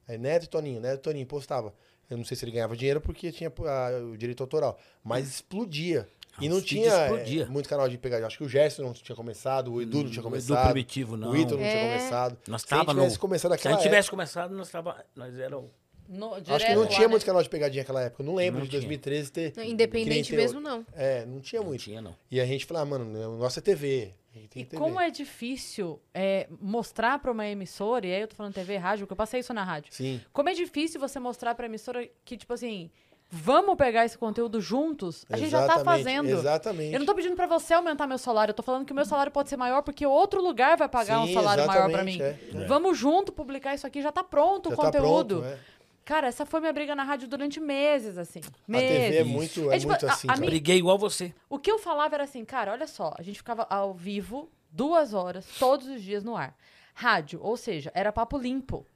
Aí Neto e Toninho, Neto e Toninho, postava. Eu não sei se ele ganhava dinheiro porque tinha ah, o direito autoral. Mas explodia. E não
Os
tinha
vídeos
eh,
explodia. Hum,
muito canal de pegadinha. Acho que o Gerson não tinha começado, o Edu não tinha
Edu
começado.
Primitivo, não.
O Ítalo não tinha
É.
começado.
Nós
Se a gente
tava no-
tivesse começado
Se
é.
a
aquela
gente
época...
tivesse começado, nós tava... Nós era o...
No-
Acho que
direto
não
lá,
tinha
né?
muito canal de pegadinha naquela época. Eu Não lembro
Não
de
tinha.
2013 ter...
Não,
que nem
independente
tem
mesmo,
hoje.
não.
É, não tinha
Não
muito.
tinha, não.
E a gente falava, mano, o nosso é TV. a gente tem
E
TV.
como é difícil é, mostrar pra uma emissora, e aí eu tô falando TV e rádio, porque eu passei isso na rádio.
Sim.
Como é difícil você mostrar pra emissora que, tipo assim, vamos pegar esse conteúdo juntos? A gente já tá
Exatamente,
fazendo.
Exatamente.
Eu não tô pedindo pra você aumentar meu salário, eu tô falando que o meu salário pode ser maior porque outro lugar vai pagar um
Sim,
salário maior pra mim.
exatamente, é.
Vamos junto publicar isso aqui, já tá pronto
Já
o
tá
conteúdo.
pronto, né?
Cara, essa foi minha briga na rádio durante meses, assim. Meses.
A TV é muito, é
É tipo,
muito
a-
assim.
a
cara.
minha-
Briguei igual você.
O que eu falava era assim, cara, olha só, a gente ficava ao vivo duas horas, todos os dias no ar. Rádio, ou seja, era papo limpo.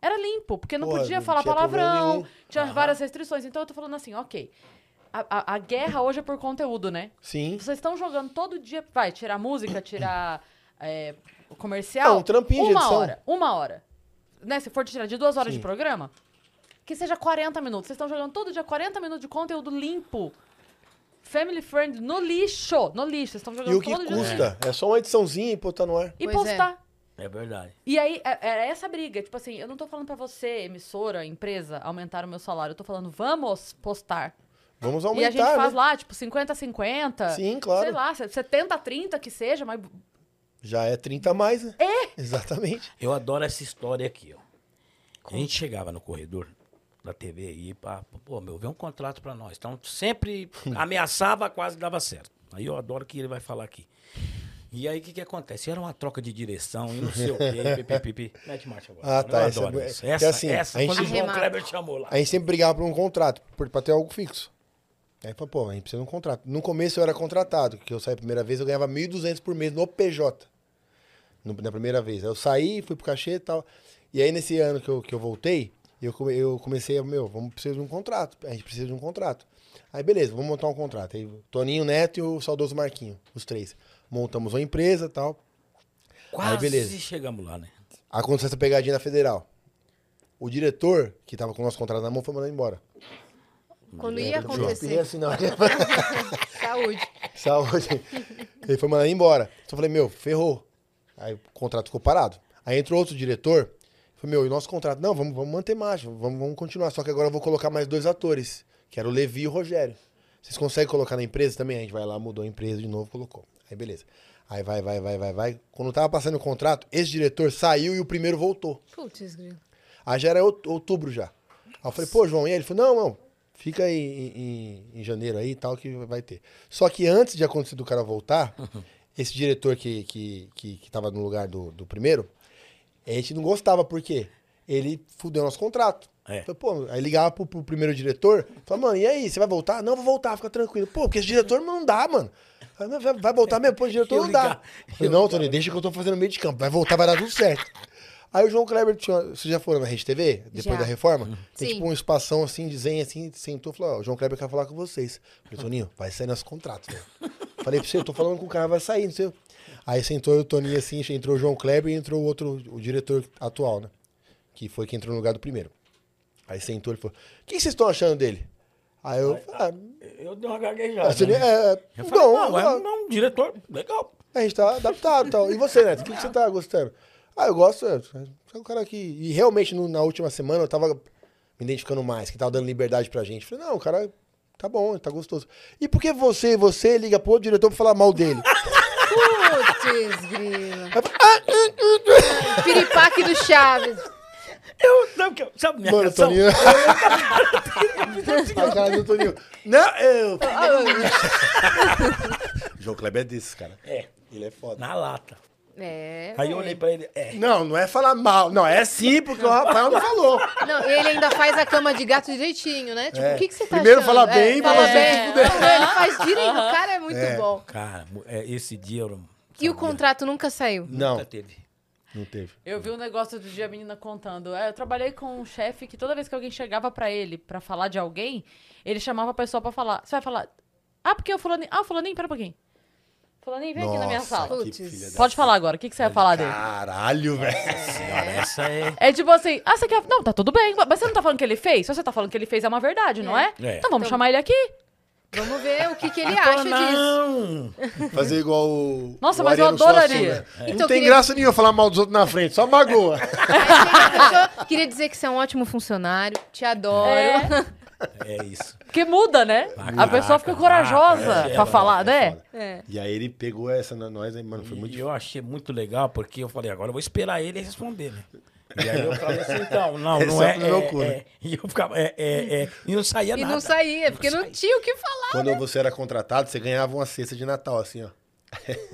Era limpo, porque não
Porra,
podia
não
falar
tinha problema
palavrão,
nenhum.
tinha várias restrições. Então eu tô falando assim, ok. A, a- a guerra hoje é por conteúdo, né?
Sim. tá
Vocês estão jogando todo dia. Vai, tirar música, tirar é, o
É,
comercial.
um trampinho de
Uma
edição.
hora. Uma hora. Né? Se for tirar de duas horas de programa, que seja 40 minutos. Vocês estão jogando todo dia 40 minutos de conteúdo limpo. Family friend no lixo. No lixo. Vocês estão jogando
E o que
todo dia.
custa? É só uma ediçãozinha e botar no ar.
E
Pois é.
postar.
É verdade.
E aí, é- era essa briga. Tipo assim, eu não tô falando pra você, emissora, empresa, aumentar o meu salário. Eu tô falando, vamos postar.
Vamos
e a
aumentar,
gente faz
né?
lá, tipo, 50-50.
Sim, claro.
Sei lá, 70-30 que seja, mas
Já é 30 a mais, né? É. Exatamente.
Eu adoro essa história aqui, ó. A gente chegava no corredor da TV aí, pá, pô, meu, vê um contrato pra nós. Então, sempre ameaçava, quase dava certo. Aí eu adoro que ele vai falar aqui. E aí, o que que acontece? Era uma troca de direção e não sei o quê. Pipi, pipi. Mete marcha agora.
Ah, tá,
Eu
essa é
adoro
boa.
isso.
Porque
Essa,
assim,
essa,
a gente-
quando o João
Arremata.
Kleber chamou lá.
A gente sempre brigava por um contrato, por- pra ter algo fixo. Aí falou, pô, a gente precisa de um contrato. No começo eu era contratado, que eu saí a primeira vez, eu ganhava 1.200 por mês no PJ. no- na primeira vez. Aí eu saí, fui pro cachê e tal. E aí nesse ano que eu, que eu voltei, eu, come- eu comecei, a, meu, vamos precisar de um contrato. A gente precisa de um contrato. Aí beleza, vamos montar um contrato. Aí o Toninho Neto e o saudoso Marquinho, os três. Montamos uma empresa e tal.
Quase
beleza.
chegamos lá, né?
Aconteceu essa pegadinha na federal. O diretor, que tava com o nosso contrato na mão, foi mandado embora.
Quando
é
ia
Eu pirei
acontecer.
assim, não.
Saúde.
Saúde. Ele foi mandado embora. Então eu falei, meu, ferrou. Aí o contrato ficou parado. Aí entrou outro diretor. Falei, meu, e o nosso contrato? Não, vamos, vamos manter mais, vamos, vamos continuar. Só que agora eu vou colocar mais dois atores, que era o Levi e o Rogério. Vocês conseguem colocar na empresa também? A gente vai lá, mudou a empresa de novo, colocou. Aí beleza. Aí vai, vai, vai, vai, vai. Quando tava passando o contrato, esse diretor saiu e o primeiro voltou.
Putz, grilo.
Aí já era out- outubro já. Aí eu falei, pô, João, e aí? Ele falou, não, não, fica aí em, em- em janeiro aí e tal, que vai ter. Só que antes de acontecer do cara voltar, esse diretor que, que, que, que tava no lugar do, do primeiro, a gente não gostava, por quê? Ele fudeu nosso contrato.
É.
Falei, pô, aí ligava pro, pro primeiro diretor, falava, mano, e aí, você vai voltar? Não, vou voltar, fica tranquilo. Pô, porque esse diretor não dá, mano. Falei, "Não, Vai, vai voltar mesmo? Pô, esse diretor
Eu
não dá.
ligava-
Falei, não, Tony, deixa que eu tô fazendo meio de campo. Vai voltar, vai dar tudo certo. Aí o João Kleber, tinha- vocês já foram na Rede TV? Depois
Já.
da
Uhum.
reforma? Tem
Sim.
tipo um espação assim, de zen assim, sentou e falou, ó, o João Kleber quer falar com vocês. Falei, Toninho, vai sair nosso contrato, velho. Falei pra você, eu tô falando com o cara, vai sair, não sei. o- Aí sentou o Toninho assim, entrou o João Kleber e entrou o outro, o diretor atual, né? Que foi quem entrou no lugar do primeiro. Aí sentou ele falou, o que vocês estão achando dele? Aí eu, ah,
Eu dei uma gaguejada.
assim,
né?
é,
Eu falei,
bom,
não, é
bom."
um- é um diretor legal.
A gente tá adaptado e tal. E você, Neto, o que, que você tá gostando? Ah, eu gosto. É, é um cara que. E realmente, no- na última semana, eu tava me identificando mais, que tava dando liberdade pra gente. Falei, não, o cara tá bom, tá gostoso. E por que você, você liga pro outro diretor pra falar mal dele?
Putz, grilo. Piripaque do Chaves.
Eu, sabe, o que eu- sabe minha
Mano,
reação?
Toninho. a cara do Toninho. Não, eu. João Kleber é desses, cara.
É,
Ele é foda.
na lata.
É.
Aí eu olhei pra ele, é.
Não, não é falar mal. Não, é sim, porque o Rafael não falou.
Não, e ele ainda faz a cama de gato direitinho, né? Tipo,
É.
o que, que você tá
Primeiro
achando?
fala bem, tipo, pra
fala
você
bem.
se fuder.
Não, ele faz direito, o cara é muito bom.
Cara, mo- é, esse dia eu não.
E o contrato nunca saiu.
Não,
Nunca teve.
não teve.
Eu vi um negócio do dia a menina contando. É, Eu trabalhei com um chefe que toda vez que alguém chegava pra ele pra falar de alguém, ele chamava a pessoa pra falar. Você vai falar. Ah, porque o fulaninho. Ah, o fulaninho, pera um pouquinho. Fulaninho, vem aqui na minha
Nossa,
sala.
que
Putz.
filha da-
Pode falar agora. O que, que você vai falar dele?
Caralho, velho.
Senhora, essa é.
É tipo assim, ah, você quer. Não, tá tudo bem. Mas você não tá falando que ele fez? Se você tá falando que ele fez, é uma verdade, não é?
É.
Então vamos chamar ele aqui.
Vamos ver o que, que ele acha disso.
não!
Fazer igual o.
Nossa,
o
mas eu
Ariano Suassuna.
adoraria.
Não
Então,
tem
queria-
graça nenhuma falar mal dos outros na frente, só magoa.
Mas, queria dizer que você é um ótimo funcionário, te adoro.
É,
É isso.
porque muda, né? a pessoa fica corajosa
é,
pra
é,
falar, né?
Foda. E aí ele pegou essa na nós, aí, mano, foi É muito
E
difícil.
eu achei muito legal, porque eu falei, agora eu vou esperar ele responder, né? E aí eu falei assim, então, não,
Ele
não
só
é,
no meu
é,
cu, né?
é. E eu ficava, é, é, é. E não saía
E
nada.
não saía, é porque não tinha o que falar.
Quando você era contratado, você ganhava uma cesta de Natal, assim, ó.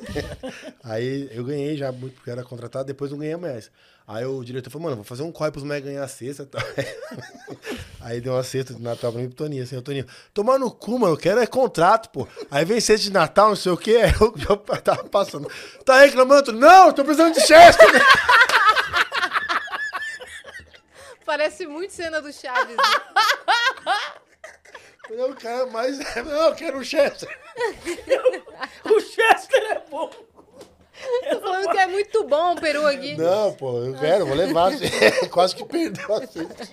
aí eu ganhei já muito, porque eu era contratado, depois não ganhei mais. Aí o diretor falou, mano, vou fazer um corre pros moleques ganhar a cesta. e tal. aí deu uma cesta de Natal pra mim e pro Toninho, assim, o Toninho, tomar no cu, mano, eu quero é contrato, pô. Aí vem cesta de Natal, não sei o quê, aí eu, eu tava passando. Tá reclamando? Não, tô precisando de Chester!
Parece muito cena do Chaves. né?
Ele é o cara mais. Não, eu quero um Chester.
O Chester é bom.
Tô falando que é muito bom o peru aqui.
Não, pô, eu quero, vou levar. Quase que perdeu a cesta.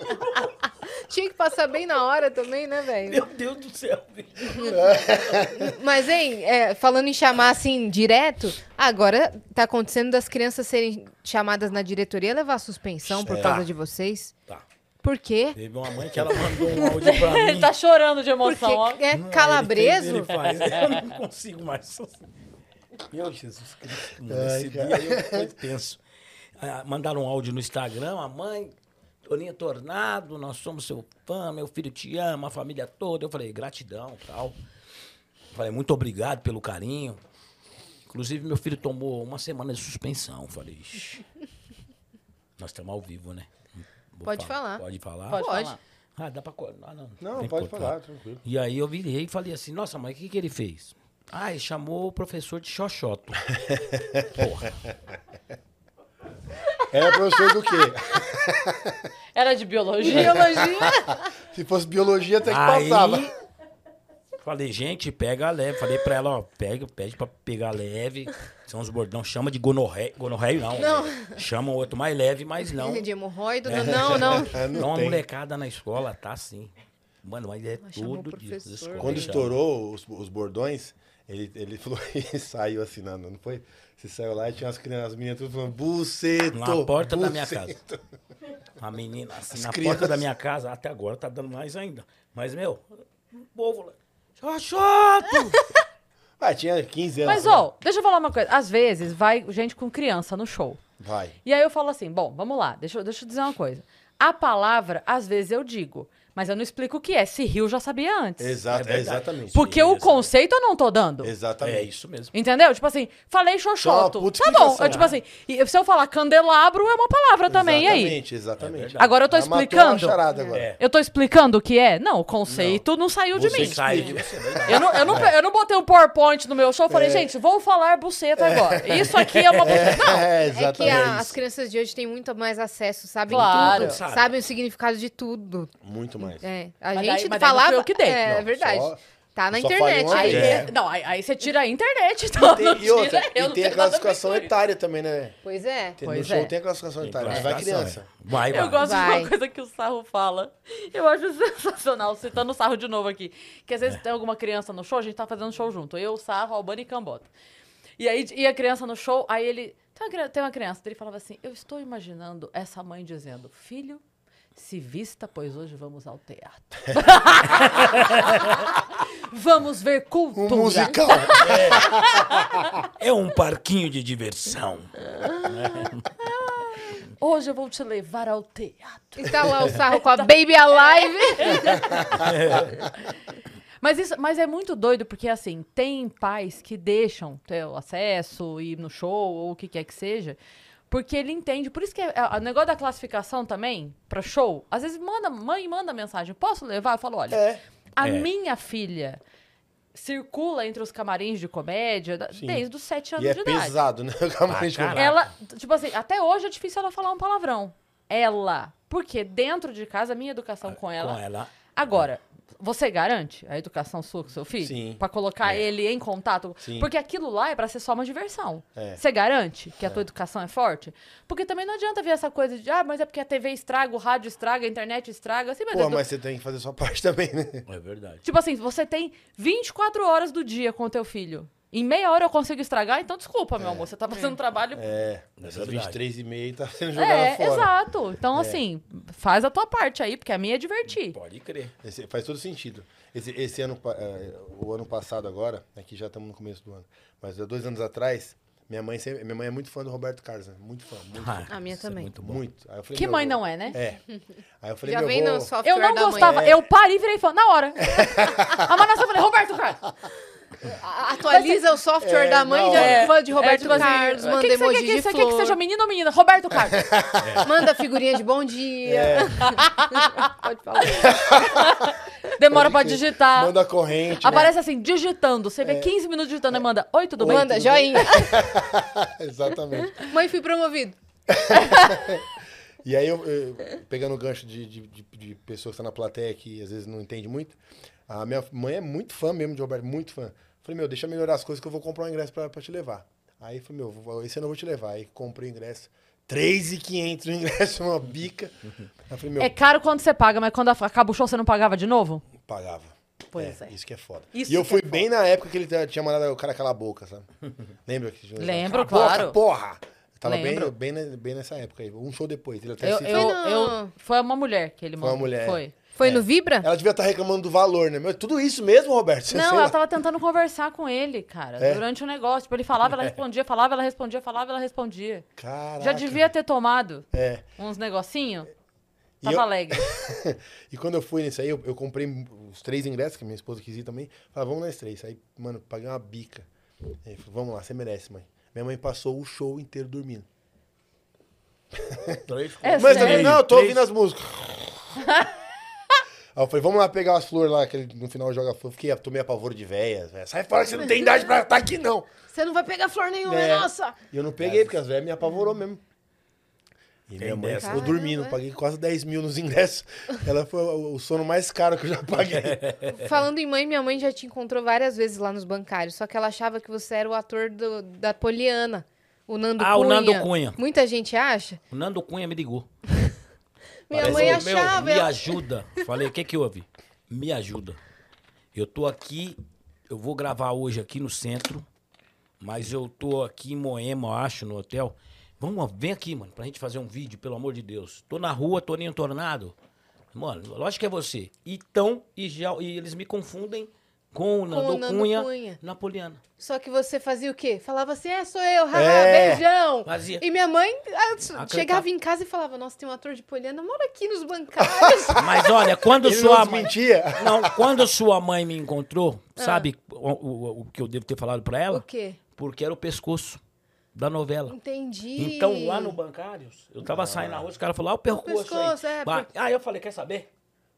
Tinha que passar bem na hora também, né, velho?
Meu Deus do céu. bicho.
Mas, hein, é, falando em chamar assim direto, agora tá acontecendo das crianças serem chamadas na diretoria levar suspensão por
Tá.
causa de vocês.
Tá.
Por quê?
Teve uma mãe que ela mandou um áudio pra mim.
Ele tá chorando de
Porque
emoção, ó.
é
Não,
calabreso.
Ele fez, ele faz. né? Eu não consigo mais. Meu Jesus Cristo. mano,
Ai,
esse
cara.
dia eu foi tenso. Ah, mandaram um áudio no Instagram, a mãe, Toninha Tornado, nós somos seu fã, meu filho te ama, a família toda. Eu falei, gratidão, tal. Falei, muito obrigado pelo carinho. Inclusive, meu filho tomou uma semana de suspensão. Falei, "Ixi, nós estamos ao vivo, né? Vou
Pode falar.
Pode falar?
Pode
Pode.
falar.
Ah, dá pra... co- Ah, não,
Não,
tem que
pode
cortar.
falar, tranquilo.
E aí eu virei e falei assim, nossa, mas o que, que ele fez? Ah, ele chamou o professor de xoxoto. Porra.
Era professor do quê?
Era de biologia?
Biologia.
Se fosse biologia, até que
Aí,
passava.
falei, gente, pega leve. Falei pra ela, ó, pega, pede pra pegar leve. São os bordão, chama de gonorreia. Gonorreia não. né? Chama o outro mais leve, mas não.
De hemorroido? Não, não.
É, não
Então a
tem.
molecada na escola tá assim. Mano, mas é
chamou o
tudo disso.
professor.
escola
Quando
chama.
estourou os, os bordões, ele, ele falou e saiu assinando, não foi? Você saiu lá e tinha as crianças, as meninas tudo falando, buceto!
Na porta da minha casa.
buceto."
A menina, assim,
As
na porta
crianças.
da minha casa, até agora tá dando mais ainda. Mas, meu, o povo lá. Xoxoto!
Ah, tinha 15 anos.
Mas,
né?
ó, deixa eu falar uma coisa. Às vezes vai gente com criança no show.
Vai.
E aí eu falo assim, bom, vamos lá, deixa, eu- deixa eu dizer uma coisa. A palavra, às vezes eu digo, mas eu não explico o que é. Se riu, já sabia antes.
Exato, é
verdade.
exatamente.
Porque o
Isso.
conceito eu não tô dando.
Exatamente.
É isso mesmo.
Entendeu? Tipo assim, falei xoxoto.
Só uma puta
Tá bom.
explicação.
Eu, tipo assim, e se eu falar candelabro, é uma palavra também. E aí?
Exatamente, exatamente.
Agora eu tô
Ela matou
explicando.
uma charada agora.
É.
Eu tô explicando o que é? Não, o conceito não, saiu de
Você é
mim.
sai de você. vai lá.
Eu não, eu, não, eu não botei um PowerPoint no meu show e falei, gente, vou falar buceta agora. Isso aqui é uma buceta. Não,
É,
É que
exatamente.
a- as crianças de hoje têm muito mais acesso, sabem
Claro.
tudo,
Sabe.
sabem o significado de tudo.
Muito mais.
É, a
Mas daí-
gente
mas daí não
falava
fui eu que dei.
É,
Não,
verdade.
só-
tá na
só
internet
falhou uma
aí.
aí,
vez.
né?
É.
não, aí, aí você tira a internet, então.
Tem-
não
e outra,
tira, eu não
e tem a
tenho nada ver com
classificação
isso.
etária também, né?
Pois é.
Tem-
Pois
no
é.
show tem a classificação etária, mas Tá, vai
Classificação,
criança.
é. Vai, vai.
Eu gosto de
Vai.
uma coisa que o Sarro fala. Eu acho sensacional, citando o Sarro de novo aqui. Que às vezes
É.
tem alguma criança no show, a gente tá fazendo show junto. Eu, o Sarro, Albano e Cambota. E aí ia a criança no show, aí ele. Tem uma, cri- tem uma criança, ele falava assim: Eu estou imaginando essa mãe dizendo, filho. Se vista, pois hoje vamos ao teatro. vamos ver
Um
cultura.
musical.
É um parquinho de diversão.
Hoje eu vou te levar ao teatro.
E tá lá o sarro com a Baby Alive.
Mas, isso, mas é muito doido, porque assim, tem pais que deixam ter o acesso, ir no show, ou o que quer que seja, porque ele entende. Por isso que é- é- o negócio da classificação também, pra show, às vezes manda, mãe manda mensagem, posso levar? Eu falo, olha, a
É.
minha filha circula entre os camarins de comédia da- desde os sete anos
E é
de idade.
pesado, né? O camarim de
Ah,
comédia.
Ela, tipo assim, até hoje é difícil ela falar um
Ah,
É
palavrão. Ela. Porque dentro de casa, a minha educação com ela
Com ela.
Agora, Você garante a educação sua com seu filho?
Sim. É.
Pra colocar ele em contato?
Sim.
Porque aquilo lá é pra ser só uma diversão.
É.
Você garante que a tua educação é forte? Porque também não adianta ver essa coisa de, ah, mas é porque a TV estraga, o rádio estraga, a internet estraga. Assim, mas
Pô,
eu tô-
mas você tem que fazer sua parte também, né?
É verdade.
Tipo assim, você tem 24 horas do dia com o teu filho. Em meia hora eu consigo estragar, então desculpa, meu amor. Você tá fazendo um trabalho. É,
É, dessas
verdade.
23 e meia tá sendo jogada fora. É.
exato. Então, assim, faz a tua parte aí, porque a minha é divertir.
Pode crer.
Esse- faz todo sentido. Esse, esse ano, pa- eh, o ano passado agora, aqui já estamos no começo do ano, mas há dois anos atrás, minha mãe, sempre- minha mãe é muito fã do Roberto Carlos, né? Muito fã, muito fã.
A minha
Isso é
também.
muito bom.
Muito. Aí eu falei,
Que
meu,
mãe
vou-
não é, né?
É. Aí eu falei,
Já
meu,
vem
vou...
no software
Eu não
da mãe.
gostava. Eu parei e virei fã na hora. a Manassa eu falei, Roberto, cara.
A- Atualiza o software
É,
da mãe
não,
de um
é.
fã de Roberto
tipo assim,
Carlos,
o
manda
que que
emoji
você quer que,
de
você
flor,
quer que seja menino ou menina? Roberto Carlos.
manda figurinha de bom dia.
É.
Pode falar. Demora pra
crer.
digitar.
Manda né? corrente.
Aparece assim, digitando. Você vê 15 minutos digitando e manda, oi, tudo bem?
Manda joinha.
né? Exatamente.
Mãe, fui promovido.
E aí, eu, eu- pegando o gancho de, de, de, de pessoa que tá na plateia que às vezes não entende muito, a minha mãe é muito fã mesmo de Roberto, muito fã. Falei, meu, deixa eu melhorar as coisas que eu vou comprar um ingresso pra, pra te levar. Aí falei, meu, vou- esse ano eu vou te levar. Aí comprei o ingresso. 3,500 o ingresso, uma bica. Aí falei, meu,
É caro quando você paga, mas quando acaba o show você não pagava de novo?
pagava.
Pois é.
Isso que é foda.
Isso
e eu
que
fui
é
bem na época que ele ta- tinha mandado o cara calar a boca, sabe? Lembra? Que tinha-
Lembro,
Cala a boca,
claro.
porra! Eu tava
Lembro.
bem, bem, ne- bem nessa época aí. Um show depois. Ele até
Eu,
se-
eu,
Foi no-
eu- foi uma mulher que ele
Foi
mandou.
uma mulher.
Foi.
É.
Foi no Vibra?
Ela devia estar reclamando do valor, né? Meu, tudo isso mesmo, Roberto? Sei
Não,
lá.
ela tá- tava tentando conversar com ele, cara,
É?
durante o negócio. Tipo, ele falava, ela respondia, falava, ela respondia, falava, ela respondia.
Caraca.
Já devia ter tomado
É.
uns negocinho.
E
Tava
eu-
alegre.
e quando eu fui nisso aí, eu, eu comprei os três ingressos, que minha esposa quis ir também. Falei, "Ah, vamos nós três. Aí, mano, paguei uma bica. Aí, falou, vamos lá, você merece, mãe. Minha mãe passou o show inteiro dormindo.
Três
É
coisas.
Mas
sério?
também, não, eu tô
Três-
ouvindo as músicas. Aí eu falei, vamos lá pegar as flores lá, que ele no final joga flor. Fiquei, tomei a pavor de véias. véia. Sai fora que você não tem idade pra estar aqui, não.
Você não vai pegar flor nenhuma,
É.
nossa. Hum.
E eu não peguei, porque as velhas me apavorou mesmo. E minha mãe,
dessa?
eu dormindo,
é.
paguei quase 10 mil nos ingressos. Ela foi o o sono mais caro que eu já paguei.
Falando em mãe, minha mãe já te encontrou várias vezes lá nos bancários, só que ela achava que você era o ator do- da Poliana. O Nando
Ah, o
Cunha.
Nando Cunha.
Muita gente acha.
O Nando Cunha me ligou.
Minha
Parece
mãe
que, meu,
achava.
me
ela-
ajuda. Falei, o que que houve? Me ajuda. Eu tô aqui, eu vou gravar hoje aqui no centro, mas eu tô aqui em Moema, eu acho, no hotel. Vamos, vem aqui, mano, pra gente fazer um vídeo, pelo amor de Deus. Tô na rua, tô nem um tornado. Mano, lógico que é você. Então, e, já, e eles me confundem com o Nando,
Nando
Cunha,
Cunha.
Napoliana.
Só que você fazia o quê? Falava assim, é, sou eu, haha,
É.
beijão.
Fazia.
E minha mãe ah, s-
Ah,
chegava
cantava.
em casa e falava, nossa, tem um ator de Poliana, mora aqui nos bancários.
Mas olha, quando
Ele
sua
não
mãe...
mentia.
Não, quando sua mãe me encontrou,
Ah.
sabe o, o- o que eu devo ter falado pra ela?
o quê?
Porque era o pescoço da novela.
Entendi.
Então, lá no Bancários, eu tava saindo na rua, os caras falaram, ah, o percurso,
pescoço,
aí.
é,
Ba-
porque-
Aí eu falei, quer saber?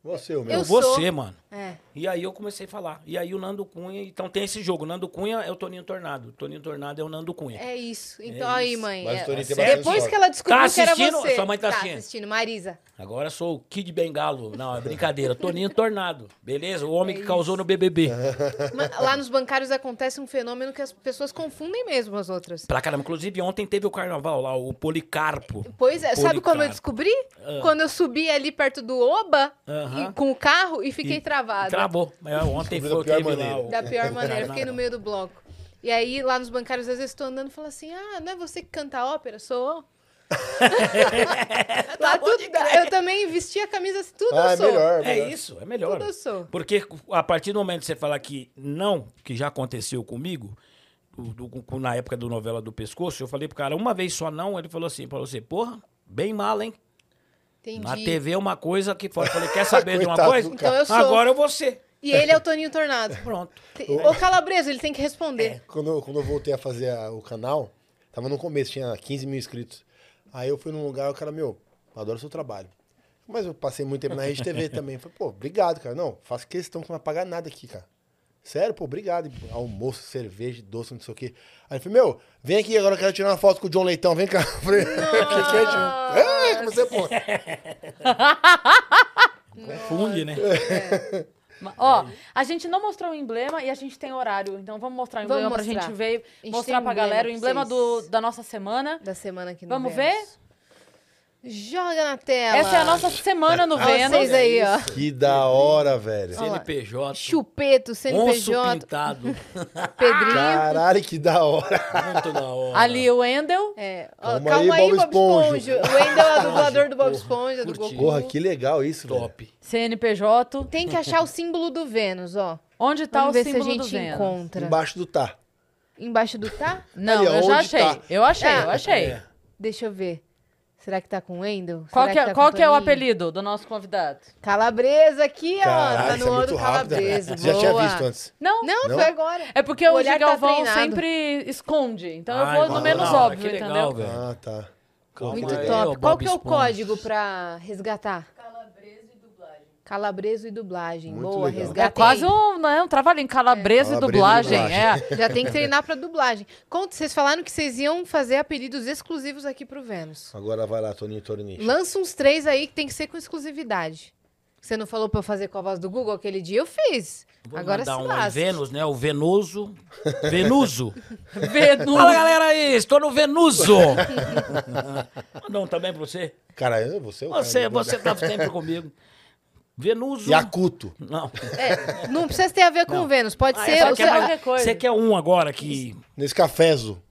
Você, é o meu.
Eu
Eu
sou.
você, mano.
É.
E aí eu comecei a falar. E aí o Nando Cunha, então tem esse jogo. O Nando Cunha é o Toninho Tornado. O Toninho Tornado é o Nando Cunha.
É isso. Então, aí, mãe.
Mas
é-
o Toninho tem
Depois
bastante
Depois
sorte.
que ela descobriu
Tá
que era
assistindo?
você.
Sua mãe tá assistindo.
Marisa.
Agora eu sou o Kid Bengalo. Não, é brincadeira. Toninho Tornado. Beleza? O
É
homem que causou no BBB.
Ma- Lá nos bancários acontece um fenômeno que as pessoas confundem mesmo as outras.
pra caramba. Inclusive, ontem teve o carnaval lá, o Policarpo.
Pois é, sabe quando eu
Policarpo.
descobri? Quando eu subi ali perto do Oba
Ah. Aham.
e- com o carro e fiquei
E-
travada.
Travou. É, ontem
Da
foi o
pior
teve lá.
maneira.
o-
Da pior maneira,
Carnaval.
fiquei no meio do bloco. E aí, lá nos bancários, às vezes estou andando e falo assim: ah, não é você que canta ópera, sou eu.
Tá
lá tudo, eu também vesti a camisa assim, tudo
Ah,
eu
é
sou.
melhor.
É
melhor.
isso, é melhor.
Tudo eu sou.
Porque a partir do momento que você falar que não, que já aconteceu comigo, do- do- com- na época do novela do pescoço, eu falei pro cara uma vez só não, ele falou assim pra você, porra, bem mal, hein?
Entendi.
Na TV é uma coisa que fora. Eu falei, quer saber de uma
Coitado
coisa?
do
cara. Então eu sou.
Agora eu vou ser.
E ele é o Toninho Tornado.
Pronto.
Te- Ô, Calabreso, ele tem que responder.
Quando, eu- quando eu voltei a fazer a- o canal, tava no começo, tinha 15 mil inscritos. Aí eu fui num lugar, o cara, meu, adoro seu trabalho. Mas eu passei muito tempo na Rede TV também. Falei, pô, obrigado, cara. Não, faço questão que não vai pagar nada aqui, cara. Sério, pô, obrigado. E Almoço, cerveja, doce, não sei o quê. Aí eu falei, meu, vem aqui agora, eu quero tirar uma foto com o John Leitão, vem cá. Eu Falei, fiquei tipo, "Ah", comecei a pôr.
É.
É.
Confunde, né?
Ma- Ó, a gente não mostrou o emblema e a gente tem horário. Então vamos mostrar o
Vamos
emblema pra
mostrar.
gente ver,
A gente tem
mostrar
um
pra
emblema
galera o
pra
emblema do,
vocês.
da nossa semana.
Da semana que não
Vamos
vemos. Joga na tela.
Essa é a nossa semana no
Olha
Vênus.
Vocês aí, ó.
Que da hora, velho.
Olha lá.
CNPJ.
Chupeto,
Onço
CNPJ,
pintado.
Pedrinho.
Caralho, que da hora.
Muito da hora.
Ali o Endel.
É, ó,
Calma
calma,
aí,
aí,
Bob
Bob,
Esponja.
Esponja. O Wendel é o dublador do Bob Esponja, do
curti.
Goku.
Porra, que legal isso, velho.
Top.
CNPJ.
Tem que achar o símbolo do Vênus, ó.
Onde tá
Vamos
o
ver se a
símbolo do
gente
Vênus?
encontra.
Embaixo do tá.
Embaixo do tá?
Não,
Ali, ó,
eu já
onde
achei.
tá? É.
Eu achei,
Ah,
eu achei.
Deixa eu ver. Será que tá com o Wendel?
Qual,
Será
que, é-
tá com
qual que é o
Toninho?
apelido do nosso convidado?
Calabresa aqui, ó. tá no
Caralho, isso é
olho
muito
do
rápido. né?
calabresa.
Já tinha
boa.
visto antes.
Não.
Não,
Não?
foi agora.
É porque
O
o,
olhar
Gil
tá
Galvão
treinado.
sempre esconde. Então eu
Ai,
vou
mano,
no menos
da hora,
óbvio,
que legal,
entendeu?
velho.
Ah, tá.
Calma
Muito
aí,
top.
ó,
Qual
Bob
que é o
Esponja.
código pra resgatar? Calabreso e dublagem. Calabreso e dublagem.
Muito
Boa,
legal.
É
resgatei.
quase um, né, um trabalhinho. Calabresa
É.
e dublagem.
Calabresa
É.
Já tem que treinar pra dublagem. Conta, vocês falaram que vocês iam fazer apelidos exclusivos aqui pro Vênus.
Agora vai lá, Toninho Torinich.
Lança uns três aí que tem que ser com exclusividade. Você não falou pra eu fazer com a voz do Google aquele dia? Eu fiz.
Vou
Agora se
mandar um aí,
lasque.
Vênus, né? O Venuso. Venuso.
Vênus.
Fala, galera aí. Estou no Venuso. Mandar um também pra você.
Cara, eu, você é o cara
Você,
do-
você tá sempre comigo. Venuso.
Yakuto.
Não.
É, não precisa ter a ver com o Vênus. Pode
Ah,
ser.
só
o
que
seu-
é mais-
qualquer coisa.
Você quer um agora que...
Nesse cafezo.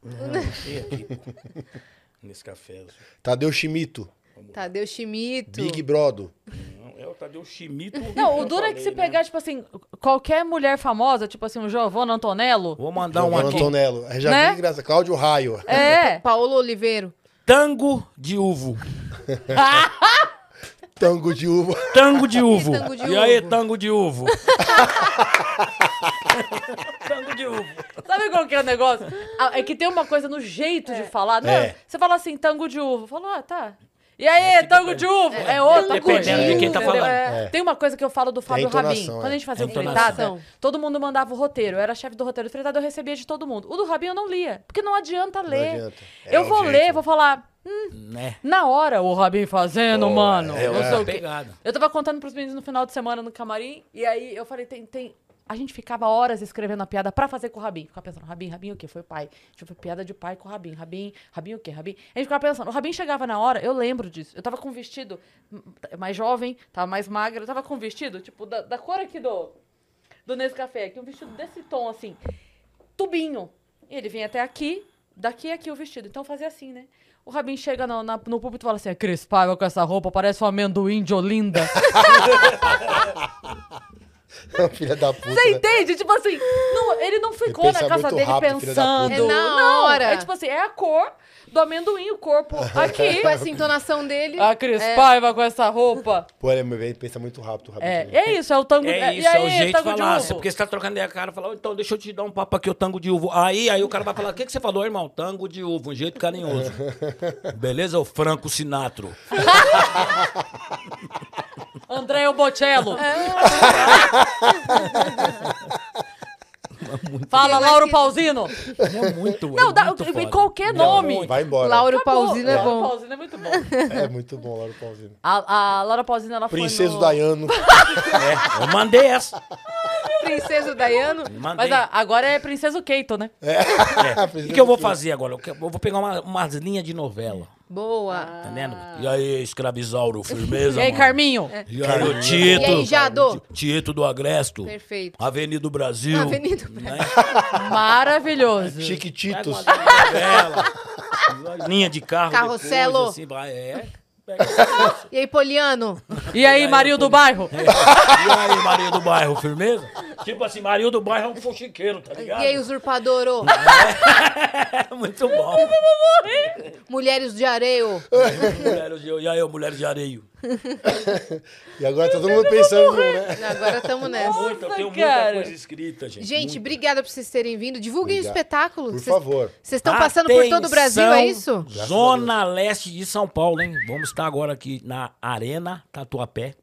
Nesse café. assim.
Tadeu Chimito.
Tadeu Chimito.
Big Brodo.
Não, é o Tadeu Chimito.
Não, o
Eu
duro é que
falei,
se
né?
pegar, tipo assim, qualquer mulher famosa, tipo assim, um Giovanna Antonello.
Vou mandar um
Giovanni
aqui.
Antonello. Aí Já
Né?
vi graça. Cláudio Raio.
É.
Paulo Oliveiro.
Tango de uvo.
Tango de uva.
Tango de uvo.
tango de
e aí,
uvo?
tango de uvo? tango de uvo.
Sabe qual que é o negócio? Ah, É que tem uma coisa no jeito de falar. Não,
É.
Você fala assim, tango de uva. Fala, ah, tá. E aí, tango de uva? É, outra
Dependendo
coisa.
de quem tá
entendeu?
falando.
É. Tem uma coisa que eu falo do Fábio Rabin.
entonação, é.
Quando a gente fazia o
Tem
fritada,
entonação.
todo mundo mandava o roteiro. Eu era chefe do roteiro do fritada, eu recebia de todo mundo. O do Rabin eu não lia, porque não adianta ler.
adianta. É
Eu
o
vou
jeito.
ler, vou falar... "Hum,
Né?
na hora, o Rabin fazendo, mano.
É
não sei
outra
o quê.
pegada.
Eu tava contando pros meninos no final de semana no camarim, e aí eu falei, tem, tem... A gente ficava horas escrevendo a piada pra fazer com o Rabin. Ficava pensando, Rabin, Rabin o quê? Foi o pai. Tipo, piada de pai com o Rabin. Rabin, Rabin o quê? Rabin... A gente ficava pensando. O Rabin chegava na hora, eu lembro disso. Eu tava com um vestido hum, mais jovem, tava mais magra. Eu tava com um vestido, tipo, da, da cor aqui do... Do Nescafé, aqui. Um vestido desse tom, assim tubinho. E ele vem até aqui, daqui a aqui o vestido. Então fazia assim, né? O Rabin chega no, na- no púlpito e fala assim: Cris Paiva com essa roupa, parece um amendoim de Olinda.
Filha da puta.
Você
né?
entende? Tipo assim, não- ele não ficou
Ele
na
pensa
casa
muito
dele
rápido, filho da
pensando.
puta. É na
não,
hora.
É tipo assim, é a cor do amendoim, o corpo aqui.
É.
Com essa entonação dele.
Ah,
a Cris Paiva com essa roupa.
Pô, ele é meu bem, pensa muito rápido, Rabin.
É,
também.
é isso, é o tango.
É
e
isso,
aí,
é o jeito de
tango de
falar.
uva?
Você- porque você tá trocando aí a cara, falar, "Ô, então deixa eu te dar um papo aqui, o tango de uvo. Aí, aí o cara vai falar, o que, que você falou, irmão? Tango de uvo, um jeito carinhoso. Beleza, o Franco Sinatro.
André é o Bocello. Fala, Lauro Pausino.
É muito, é
Não, dá,
muito
e
foda.
qualquer nome.
Vai embora.
Lauro
Acabou.
Pausino é
é, Lauro
bom.
Pausino é muito bom.
É muito bom, Lauro Paulzinho.
A, a Laura Pausino, ela
Princesa
foi no...
Daiano.
É, eu mandei essa.
Princesa Daiano.
Mandei.
Mas a- agora é Princesa Keito, né?
É.
O que, que eu vou fazer agora? Eu que- eu vou pegar uma- umas linhas de novela,
Boa.
tá entendendo? E aí, escravizauro, firmeza,
Ah. e aí,
mano?
Carminho?
É.
E aí, o Tito.
E aí, Jadô?
Ti- Tito do Agresto.
Perfeito.
Avenida do Brasil.
Avenida do
né?
Maravilhoso.
Chiquititos.
Novela. Linha de carro.
Carrosselo.
depois, assim, vai, é. Pega-
E aí, Poliano?
E aí, Mario do Bairro?
É. E aí, Maria do Bairro, firmeza? Tipo assim, Maria do Bairro é um fuxiqueiro, tá
E
ligado?
aí, Usurpadoro?
É muito bom.
Mulheres de Areio?
Mulheres de- E aí, mulher de areio.
E agora tá todo mundo pensando, né?
Agora estamos nessa.
Muito, eu tenho
cara.
muita coisa escrita, gente.
Gente,
Muita.
obrigada por vocês terem vindo. Divulguem o
Obrigado.
espetáculo.
Por
Vocês-
favor.
Vocês estão passando por todo o Brasil, é isso?
Atenção, Zona Leste de São Paulo, hein? Vamos estar agora aqui na Arena Tatuapé.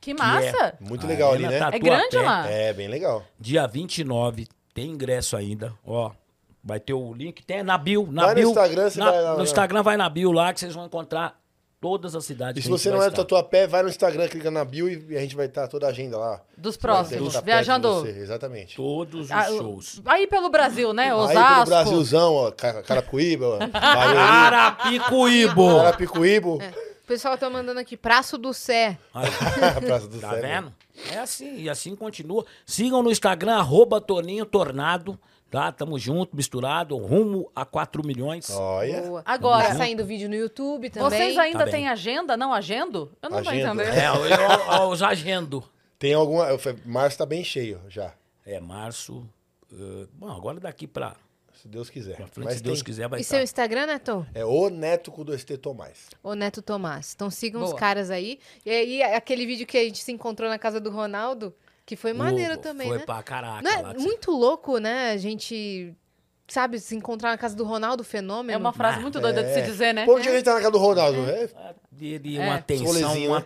Que massa.
Muito legal ali,
Arena
né?
Tatuapé.
É grande lá?
É, bem legal.
Dia 29, tem ingresso ainda, ó. Vai ter o link, tem na bio, na
Vai no
bio.
Instagram, você
na-
vai lá,
No
né?
Instagram vai na bio lá que vocês vão encontrar todas as cidades
E se
que a gente
você não
vai
é do
estar.
Tatuapé, vai no Instagram, clica na bio e a gente vai estar toda a agenda lá.
Dos
Vai ter que
próximos.
tá perto de
Viajando.
você, Exatamente.
Todos os
Ah, o-
shows.
Aí pelo Brasil, né?
Aí pro
Osasco.
Brasilzão, ó, Ca- Carapicuíba, ó, Barueri,
Arapicuíbo!
Carapicuíbo,
O pessoal tá mandando aqui, Praço do Sé.
Aí.
Praça do
Tá
Sé, né?
vendo? É assim, e assim continua. Sigam no Instagram, arroba Toninho Tornado, tá? Tamo junto, misturado, rumo a 4 milhões.
Olha.
Boa.
Agora.
Tá saindo vídeo no YouTube também.
Vocês
Tá
ainda
bem.
têm agenda? Não agendo? Eu não
Agenda.
vou
É,
entender.
eu, eu- os agendo.
Tem alguma. eu falei, Março tá bem cheio já.
É, março. eh, bom, agora daqui pra,
Se Deus quiser.
pra frente,
Mas
se Deus
tem-
quiser, vai tá
E
estar.
seu Instagram, Neto?
É o Neto com 2T Tomás.
O Neto Tomás. Então sigam os
Boa.
caras aí. E aí, aquele vídeo que a gente se encontrou na casa do Ronaldo, que foi maneiro
Pô,
também,
Foi
né?
pra caraca.
Não é
lá,
muito louco, né? A gente, sabe, se encontrar na casa do Ronaldo, fenômeno.
É uma frase muito doida de se dizer, né?
Pô, onde que a gente tá na casa do Ronaldo, velho?
De, de uma atenção,
rolezinho,
uma
né?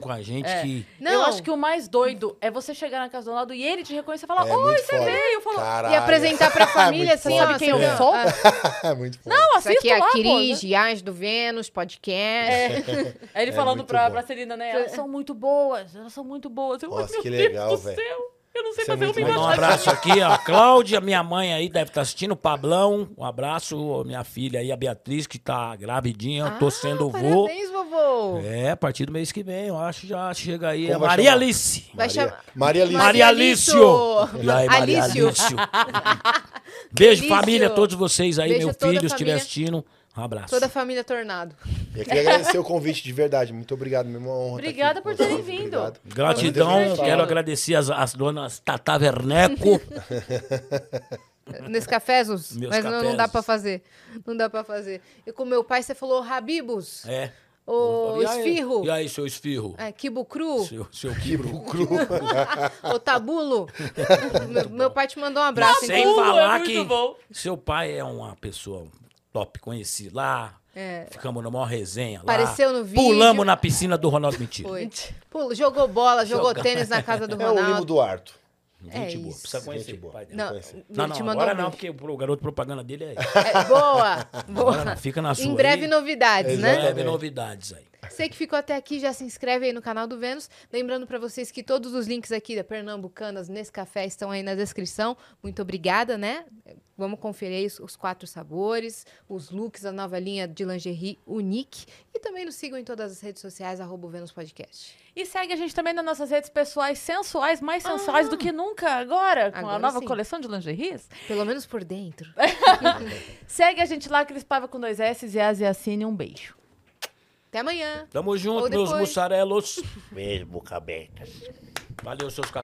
com a gente
É.
que.
Não.
Eu acho que o mais doido é você chegar na casa do lado e ele te reconhecer e falar:
É
Oi,
muito
você
foda.
veio! Falou,
Caralho.
E apresentar pra família, assim,
Ah, é foda. É.
ó,
quem
seu-
eu sou?
Ah,
Muito foda. Não,
"Não,
Isso aqui
assisto
é
lá,
a
pô."
Cris, Dias do Vênus, podcast.
Aí ele
É
falando
muito
pra,
bom.
pra Celina, né? Elas são muito boas, elas são muito boas. Eu,
Nossa,
meu
que
Deus
legal,
do
velho.
céu. Eu não sei
Isso é
fazer
muito
uma
Mandar um
bom.
abraço aqui, ó. Cláudia, minha mãe aí deve estar assistindo. O Pablão, um abraço. Ó, Minha filha aí, a Beatriz, que tá gravidinha. Eu tô sendo vô.
Ah, Parabéns, vovô.
É, a partir do mês que vem, eu acho já chega aí.
Como
É
vai
Maria
chamar?
Alice.
Vai
Maria-
chamar-
Maria Alice.
Maria
Alício.
Alício. E aí, Maria
Alício.
Alício. Beijo,
Alício.
família, todos vocês aí,
Beijo
meu
a toda a
filho, se estiver
família.
assistindo. Um abraço.
Toda a família Tornado.
Eu queria agradecer o convite de verdade. Muito obrigado, meu irmão.
Obrigada por terem vindo.
Gratidão, quero agradecer as, as donas Tata Verneco.
Nesse cafezos,
Meus
mas não, não dá
cafezos.
pra fazer. Não dá pra fazer. E com meu pai, você falou Rabibos,
É.
o
E aí-
Esfirro,
E aí, seu esfirro?
é, Kibo Cru,
Seu, seu quibro.
Cru.
o Tabulo. meu, meu pai te mandou um abraço.
Sem
Pulo é
falar
muito
que
bom.
seu pai é uma pessoa top, conheci lá. Ficamos na maior resenha lá.
É. Apareceu no vídeo.
Pulamos na piscina do Ronaldo Mentira.
Foi. Pô, jogou bola, jogou tênis na casa do
É o Limo
Ronaldo.
Duarto.
É
Gente boa,
isso.
precisa conhecer.
Gente boa.
pai dele.
Não,
conhece.
ele
Não, não,
te mandou
agora
um
não,
beijo.
porque o garoto propaganda dele é...
É, boa, boa.
Agora fica na sua
Em breve
aí. É
novidades,
Em
né?
Exato.
breve novidades aí.
Você que ficou até aqui, já se inscreve aí no canal do Vênus. Lembrando pra vocês que todos os links aqui da Pernambucanas nesse café estão aí na descrição. Muito obrigada, né? Vamos conferir aí os- os quatro sabores, os looks, a nova linha de lingerie Unique. E também nos sigam em todas as redes sociais, arroba o Vênus Podcast.
E segue a gente também nas nossas redes pessoais sensuais, mais sensuais do que nunca Ah. agora, com a
Agora
nova
sim.
coleção de lingeries.
Pelo menos por dentro.
Segue a gente lá, Cris Paiva com dois S e a Zeacine. Um beijo.
Até amanhã!
Tamo junto, meus
depois.
mussarelos.
Beijo, boca aberta.
Valeu, seus